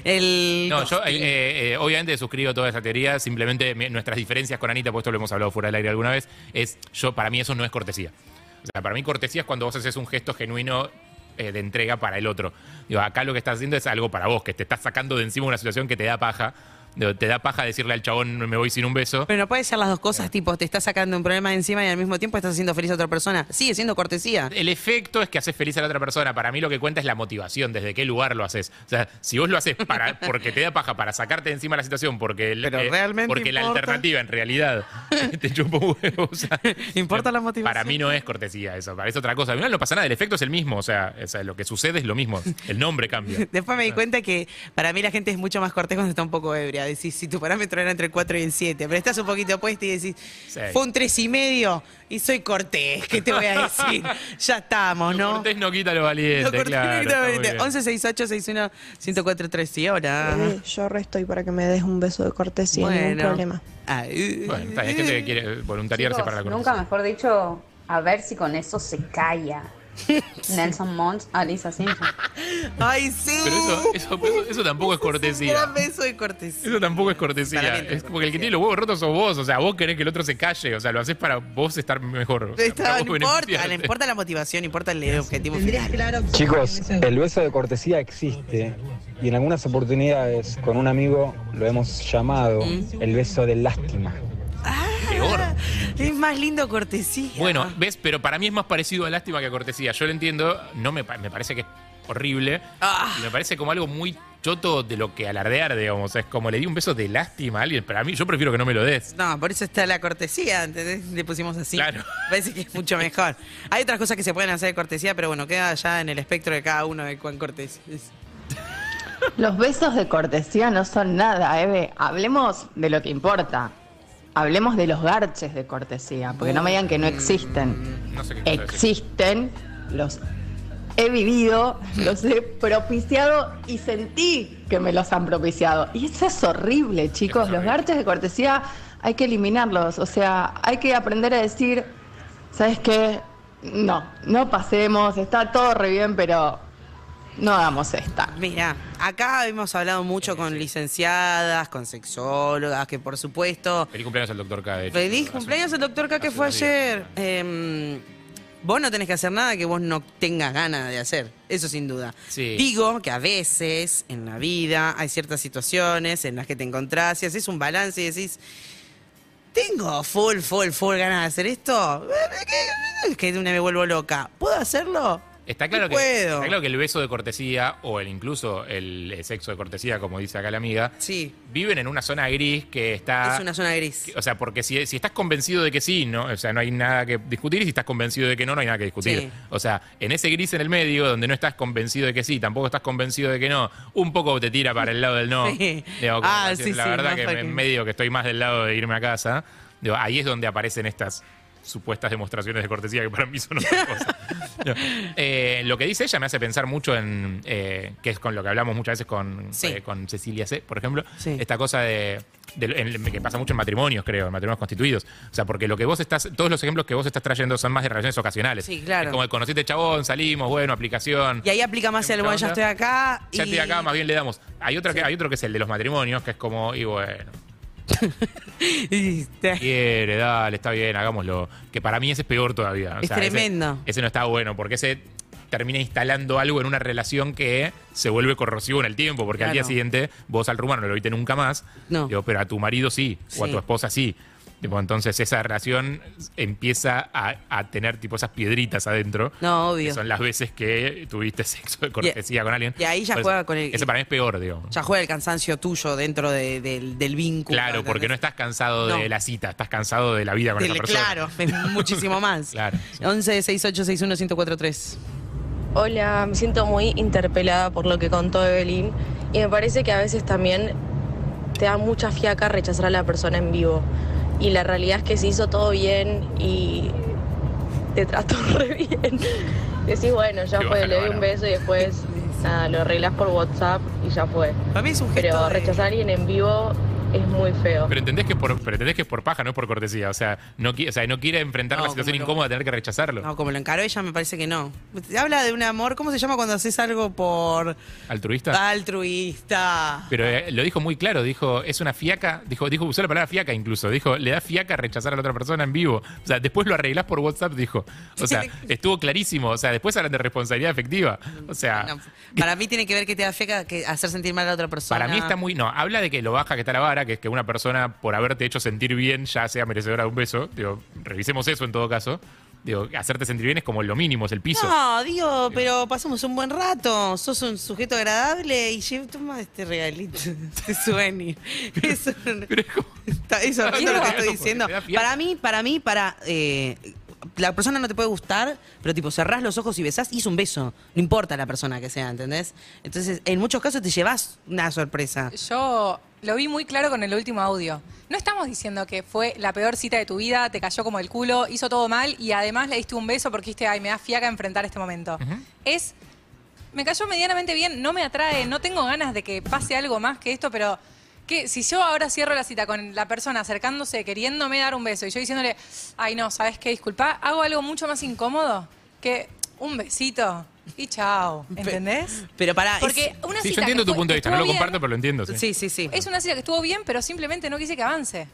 B: El.
A: No, yo eh, eh, eh, obviamente suscribo toda esa teoría, simplemente mi- nuestras diferencias con Anita, pues esto lo hemos hablado fuera del aire alguna vez, es yo, para mí eso no es cortesía. O sea, para mí cortesía es cuando vos haces un gesto genuino eh, de entrega para el otro. Digo, acá lo que estás haciendo es algo para vos, que te estás sacando de encima una situación que te da paja. Digo, te da paja decirle al chabón me voy sin un beso.
B: Pero no puede ser las dos cosas, tipo, te estás sacando un problema de encima y al mismo tiempo estás haciendo feliz a otra persona. Sigue siendo cortesía.
A: El efecto es que haces feliz a la otra persona. Para mí lo que cuenta es la motivación, desde qué lugar lo haces. O sea, si vos lo haces para, porque te da paja, para sacarte de encima la situación, porque, el- eh,
B: Pero realmente
A: porque la
B: importa.
A: alternativa en realidad te chupa un huevo. o sea,
B: Importa la motivación.
A: Para mí no es cortesía eso, para eso otra cosa. Al final no pasa nada, el efecto es el mismo. O sea, o sea, lo que sucede es lo mismo. El nombre cambia.
B: Después me di cuenta que para mí la gente es mucho más cortés cuando está un poco ebria. Decís, si tu parámetro era entre el 4 y el 7, pero estás un poquito puesta y decís,
A: Seis.
B: fue un 3 y medio y soy cortés, ¿qué te voy a decir? ya estamos,
A: Lo
B: ¿no?
A: cortés no quita lo valiente,
B: Lo cortés
A: claro. está muy
B: directamente.
A: bien.
B: 11 68 61 1043 y ahora.
F: Bebé, yo resto y para que me des un beso de cortesía, ningún problema.
B: Ay,
A: Bueno, está bien, hay gente que quiere voluntariarse
G: Chicos,
A: para la cortesía.
G: nunca mejor dicho, a ver si con eso se calla. Nelson Mons, Alisa Simpson.
B: Ay, sí.
A: Pero eso, eso, eso- eso tampoco es cortesía.
B: Un gran beso de cortesía.
A: Eso tampoco es cortesía.
B: Para mí no es
A: es como que el que tiene los huevos rotos sos vos. O sea, vos querés que el otro se calle. O sea, lo haces para vos estar mejor. O sea, para
B: Está-
A: vos
B: no importa,
A: beneficiarte.
B: no importa la motivación, importa el objetivo final.
H: Chicos, el beso de cortesía existe y en algunas oportunidades con un amigo lo hemos llamado el beso de lástima.
A: Peor.
B: Es más lindo cortesía.
A: Bueno, ves, pero para mí es más parecido a lástima que a cortesía. Yo lo entiendo, no me, pa- me parece que es horrible.
B: Ah.
A: Y Me parece como algo muy choto de lo que alardear, digamos. Es como le di un beso de lástima a alguien. Para mí, yo prefiero que no me lo des.
B: No, por eso está la cortesía, ¿entendés? Le pusimos así.
A: Claro.
B: Parece que es mucho mejor. Hay otras cosas que se pueden hacer de cortesía, pero bueno, queda ya en el espectro de cada uno de cuán cortés es.
G: Los besos de cortesía no son nada, Eve. Hablemos de lo que importa. Hablemos de los garches de cortesía, porque no me digan que no existen.
A: No sé qué cosa decir.
G: Existen, los he vivido, los he propiciado y sentí que me los han propiciado. Y eso es horrible, chicos.
A: Es
G: Los
A: horrible.
G: garches de cortesía hay que eliminarlos. O sea, hay que aprender a decir, ¿sabes qué? No, no pasemos, está todo re bien, pero no hagamos esta.
B: Mira, acá hemos hablado mucho con licenciadas, con sexólogas, que por supuesto.
A: Feliz cumpleaños al doctor K. de hecho.
B: Feliz
A: Hace-
B: cumpleaños al doctor K que
A: hace
B: fue
A: unos días.
B: ayer. Eh, vos no tenés que hacer nada que vos no tengas ganas de hacer. Eso sin duda.
A: Sí.
B: Digo que a veces en la vida hay ciertas situaciones en las que te encontrás y haces un balance y decís. Tengo full, full, full ganas de hacer esto. Es que no es que me vuelvo loca. ¿Puedo hacerlo?
A: Está claro,
B: No
A: que,
B: puedo.
A: está claro que el beso de cortesía o el incluso el eh, sexo de cortesía, como dice acá la amiga,
B: Sí,
A: viven en una zona gris que está...
B: es una zona gris.
A: que- O sea, porque si, si estás convencido de que sí, no, o sea, no hay nada que discutir, y si estás convencido de que no, no hay nada que discutir.
B: Sí.
A: O sea, en ese gris en el medio, donde no estás convencido de que sí, tampoco estás convencido de que no, un poco te tira para el lado del no.
B: Sí.
A: Digo, como
B: Ah,
A: decir,
B: sí,
A: la
B: sí,
A: verdad
B: más
A: que
B: para
A: en
B: que-
A: medio que estoy más del lado de irme a casa, digo, ahí es donde aparecen estas supuestas demostraciones de cortesía que para mí son otra cosa. No. Eh, lo que dice ella me hace pensar mucho en, eh, que es con lo que hablamos muchas veces con,
B: Sí.
A: eh, con Cecilia C., por ejemplo,
B: Sí.
A: esta cosa de, de- en- que pasa mucho en matrimonios, creo, en matrimonios constituidos. O sea, porque lo que vos estás, todos los ejemplos que vos estás trayendo son más de relaciones ocasionales.
B: Sí, claro.
A: Es como conociste chabón, salimos, bueno, aplicación.
B: Y ahí aplica más el, bueno, ya estoy acá.
A: Ya
B: y-
A: estoy acá, más bien le damos. Hay otro, que, hay otro que es el de los matrimonios, que es como, y bueno,
B: y-
A: quiere, dale, está bien, hagámoslo. Que para mí ese es peor todavía. O
B: Es
A: ese-
B: tremendo.
A: Ese, no está bueno, porque ese termina instalando algo en una relación que se vuelve corrosivo en el tiempo, porque al día
B: Claro.
A: siguiente vos al rumano no lo viste nunca más,
B: No.
A: Digo, pero a tu marido sí, o a
B: Sí.
A: tu esposa sí. Tipo, entonces esa relación empieza a, a tener tipo esas piedritas adentro.
B: No,
A: que
B: obvio.
A: son las veces que tuviste sexo de cortesía con alguien.
B: y ahí ya
A: Por eso,
B: juega con el-
A: Ese para mí es peor, digo.
B: Ya juega el cansancio tuyo dentro de- del, del vínculo.
A: Claro, porque no
B: ¿entendés?
A: estás cansado
B: No.
A: de la cita, estás cansado de la vida con
B: Del-
A: esa persona.
B: Claro, es muchísimo más.
A: Claro, sí.
B: 11 68 61 1043.
G: Hola, me siento muy interpelada por lo que contó Evelyn y me parece que a veces también te da mucha fiaca rechazar a la persona en vivo. Y la realidad es que se hizo todo bien y te trató re bien. Decís, bueno, ya
A: Qué
G: fue,
A: baja la
G: le doy
A: vara.
G: un beso y después nada, lo arreglas por WhatsApp y ya fue.
B: Para mí es un gesto.
G: Pero
B: de-
G: rechazar a alguien en vivo es muy feo.
A: Pero entendés que por, pero entendés que es por paja, no es por cortesía. O sea, no, qui- o sea, no quiere enfrentar
B: No,
A: la situación
B: cómo no.
A: incómoda de tener que rechazarlo.
B: No, como lo encaró ella, me parece que no. Habla de un amor, ¿cómo se llama cuando haces algo por Ah.
A: Altruista.
B: altruista?
A: Pero eh, lo dijo muy claro, dijo, es una fiaca, dijo, dijo, usó la palabra fiaca incluso, dijo, le da fiaca rechazar a la otra persona en vivo. O sea, después lo arreglás por WhatsApp, dijo. O sea, estuvo clarísimo. O sea, después hablan de responsabilidad afectiva. O sea,
B: No, para mí tiene que ver que te afecta que hacer sentir mal a la otra persona.
A: Para mí está muy. No, habla de que lo baja que está la vara, que es que una persona, por haberte hecho sentir bien, ya sea merecedora de un beso. Digo, revisemos eso en todo caso. Digo, hacerte sentir bien es como lo mínimo, es el piso.
B: No, digo, pero pasamos un buen rato. Sos un sujeto agradable y llevo, toma este regalito, este souvenir. Es un-
A: Pero es como-
B: Está- Eso es lo que estoy
A: Porque
B: diciendo.
A: me da fiaca.
B: Para mí, para mí, para. eh, la persona no te puede gustar, pero tipo, cerrás los ojos y besás y es un beso. No importa la persona que sea, ¿entendés? Entonces, en muchos casos te llevas una sorpresa.
E: Yo lo vi muy claro con el último audio. No estamos diciendo que fue la peor cita de tu vida, te cayó como el culo, hizo todo mal y además le diste un beso porque dijiste, ay, me da fiaca enfrentar este momento. Es, me cayó medianamente bien, no me atrae, no tengo ganas de que pase algo más que esto, pero que si yo ahora cierro la cita con la persona acercándose, queriéndome dar un beso y yo diciéndole, ay, no, ¿sabes qué? Disculpa, hago algo mucho más incómodo que un besito y chao, ¿entendés?
B: Pero para.
E: Porque una
A: Ah, Sí, yo
E: cita
A: entiendo
E: que
A: tu
E: fue-
A: punto de
E: que
A: vista, no lo
E: estuvo bien,
A: comparto, pero lo entiendo. sí.
B: Sí, sí, sí.
E: es una cita que estuvo bien, pero simplemente no quise que avance.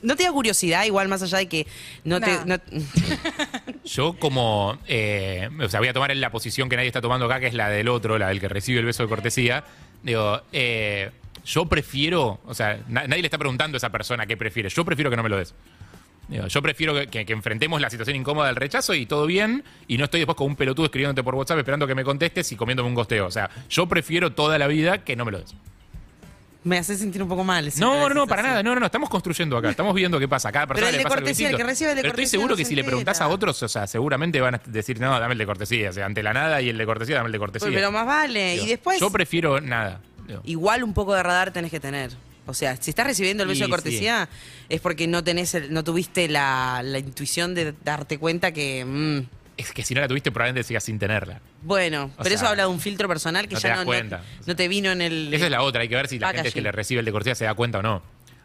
B: ¿No te da curiosidad igual más allá de que no te...
E: Nah.
B: no-
A: Yo como, eh, o sea, voy a tomar la posición que nadie está tomando acá, que es la del otro, la del que recibe el beso de cortesía. Digo, eh, yo prefiero, o sea, na- nadie le está preguntando a esa persona qué prefiere. Yo prefiero que no me lo des. Digo, yo prefiero que, que- que enfrentemos la situación incómoda del rechazo y todo bien, y no estoy después con un pelotudo escribiéndote por WhatsApp esperando que me contestes y comiéndome un gosteo. O sea, yo prefiero toda la vida que no me lo des.
B: me hace sentir un poco mal. eso que
A: No, no,
B: decís
A: no, para
B: así.
A: nada, no, no, no, estamos construyendo acá, estamos viendo qué pasa. Cada persona
B: el de
A: le pasa algo
B: cortesía, el
A: distinto.
B: que recibe el de
A: Pero estoy
B: cortesía
A: seguro
B: no
A: que
B: se
A: si le
B: entera.
A: preguntás a otros, o sea, seguramente van a decir, no, dame el de cortesía, o sea, ante la nada y el de cortesía, dame el de cortesía.
B: Pero más vale.
A: Digo,
B: y después,
A: Yo prefiero nada. digo.
B: igual un poco de radar tenés que tener. O sea, si estás recibiendo el beso
A: Y
B: de cortesía, es porque no tenés el- no tuviste la, la intuición de darte cuenta que... mm,
A: Es que si no la tuviste, probablemente sigas sin tenerla.
B: bueno,
A: O
B: pero eso
A: sea,
B: habla de un filtro personal que
A: no te
B: ya
A: das
B: no, no-
A: cuenta.
B: no te vino en el...
A: Esa es la otra, hay que ver si la gente que
B: Packaging.
A: le recibe el de cortesía se da cuenta o no.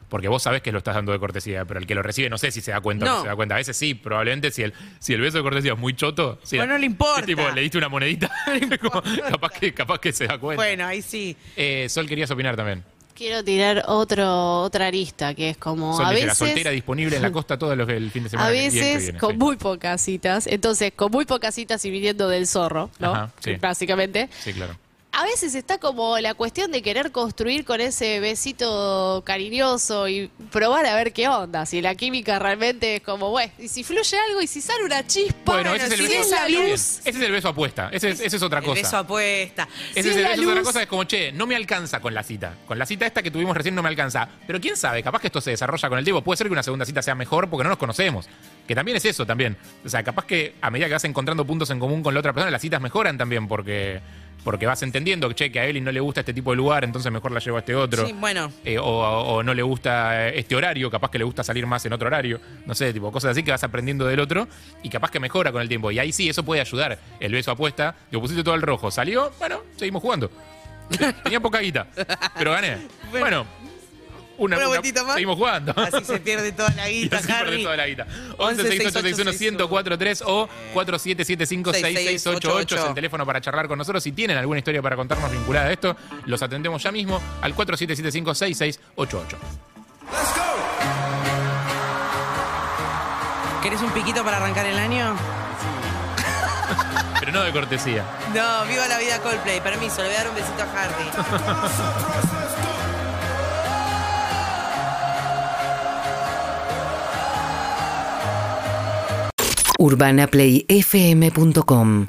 A: Porque vos sabés que lo estás dando de cortesía, pero el que lo recibe no sé si se da cuenta o
B: No.
A: no se da cuenta. A veces sí, probablemente si el, si el beso de cortesía es muy choto. si-
B: Bueno, no le importa.
A: es tipo, le diste una monedita. como, capaz, que, capaz que se da cuenta.
B: Bueno, ahí sí.
A: Eh, Sol, querías opinar también.
D: Quiero tirar otro, otra arista, que es como
A: Sol
D: a
A: desde
D: veces...
A: la soltera disponible en la costa todos los el fin de semana.
D: A
A: y el que
D: veces
A: viene,
D: con
A: sí.
D: muy pocas citas. Entonces, con muy pocas citas y viniendo del zorro, ¿no?
A: Ajá, sí.
D: Básicamente.
A: Sí, claro.
D: a veces está como la cuestión de querer construir con ese besito cariñoso y probar a ver qué onda. Si la química realmente es como, bueno, y si fluye algo y si sale una chispa,
A: Bueno, ese es el
D: si
A: beso.
D: es la
A: Bien,
D: luz.
A: Ese es el beso apuesta. Ese es, ese es otra
B: El
A: cosa.
B: beso apuesta.
A: Ese
D: Si
A: es
D: es
A: el
D: la
A: beso es otra
D: luz.
A: cosa. Es como, che, no me alcanza con la cita. Con la cita esta que tuvimos recién no me alcanza. Pero quién sabe, capaz que esto se desarrolla con el tiempo. Puede ser que una segunda cita sea mejor porque no nos conocemos. Que también es eso también. O sea, capaz que a medida que vas encontrando puntos en común con la otra persona, las citas mejoran también porque, porque vas entendiendo, che, que a Evelyn no le gusta este tipo de lugar, entonces mejor la llevo a este otro.
B: Sí, bueno.
A: Eh, o, o no le gusta eh, este horario, capaz que le gusta salir más en otro horario, no sé, tipo cosas así que vas aprendiendo del otro y capaz que mejora con el tiempo. Y ahí sí, eso puede ayudar. El beso apuesta, lo pusiste todo al rojo, salió, bueno, seguimos jugando. Tenía poca guita, pero gané. Bueno, una,
B: Una
A: una-
B: vueltita más.
A: seguimos jugando.
B: Así se pierde toda la
A: Y
B: guita,
A: así perdés
B: Harry.
A: toda la guita. 11
B: 11
A: 6861 1043 o 4775 6688 es el teléfono para charlar con nosotros. Si tienen alguna historia para contarnos vinculada a esto, los atendemos ya mismo al 4775 6688.
B: ¿Querés un piquito para arrancar el año?
A: Pero no de cortesía.
B: No, viva la vida Coldplay. Permiso, le voy a dar un besito a Harry.
I: urbanaplayfm.com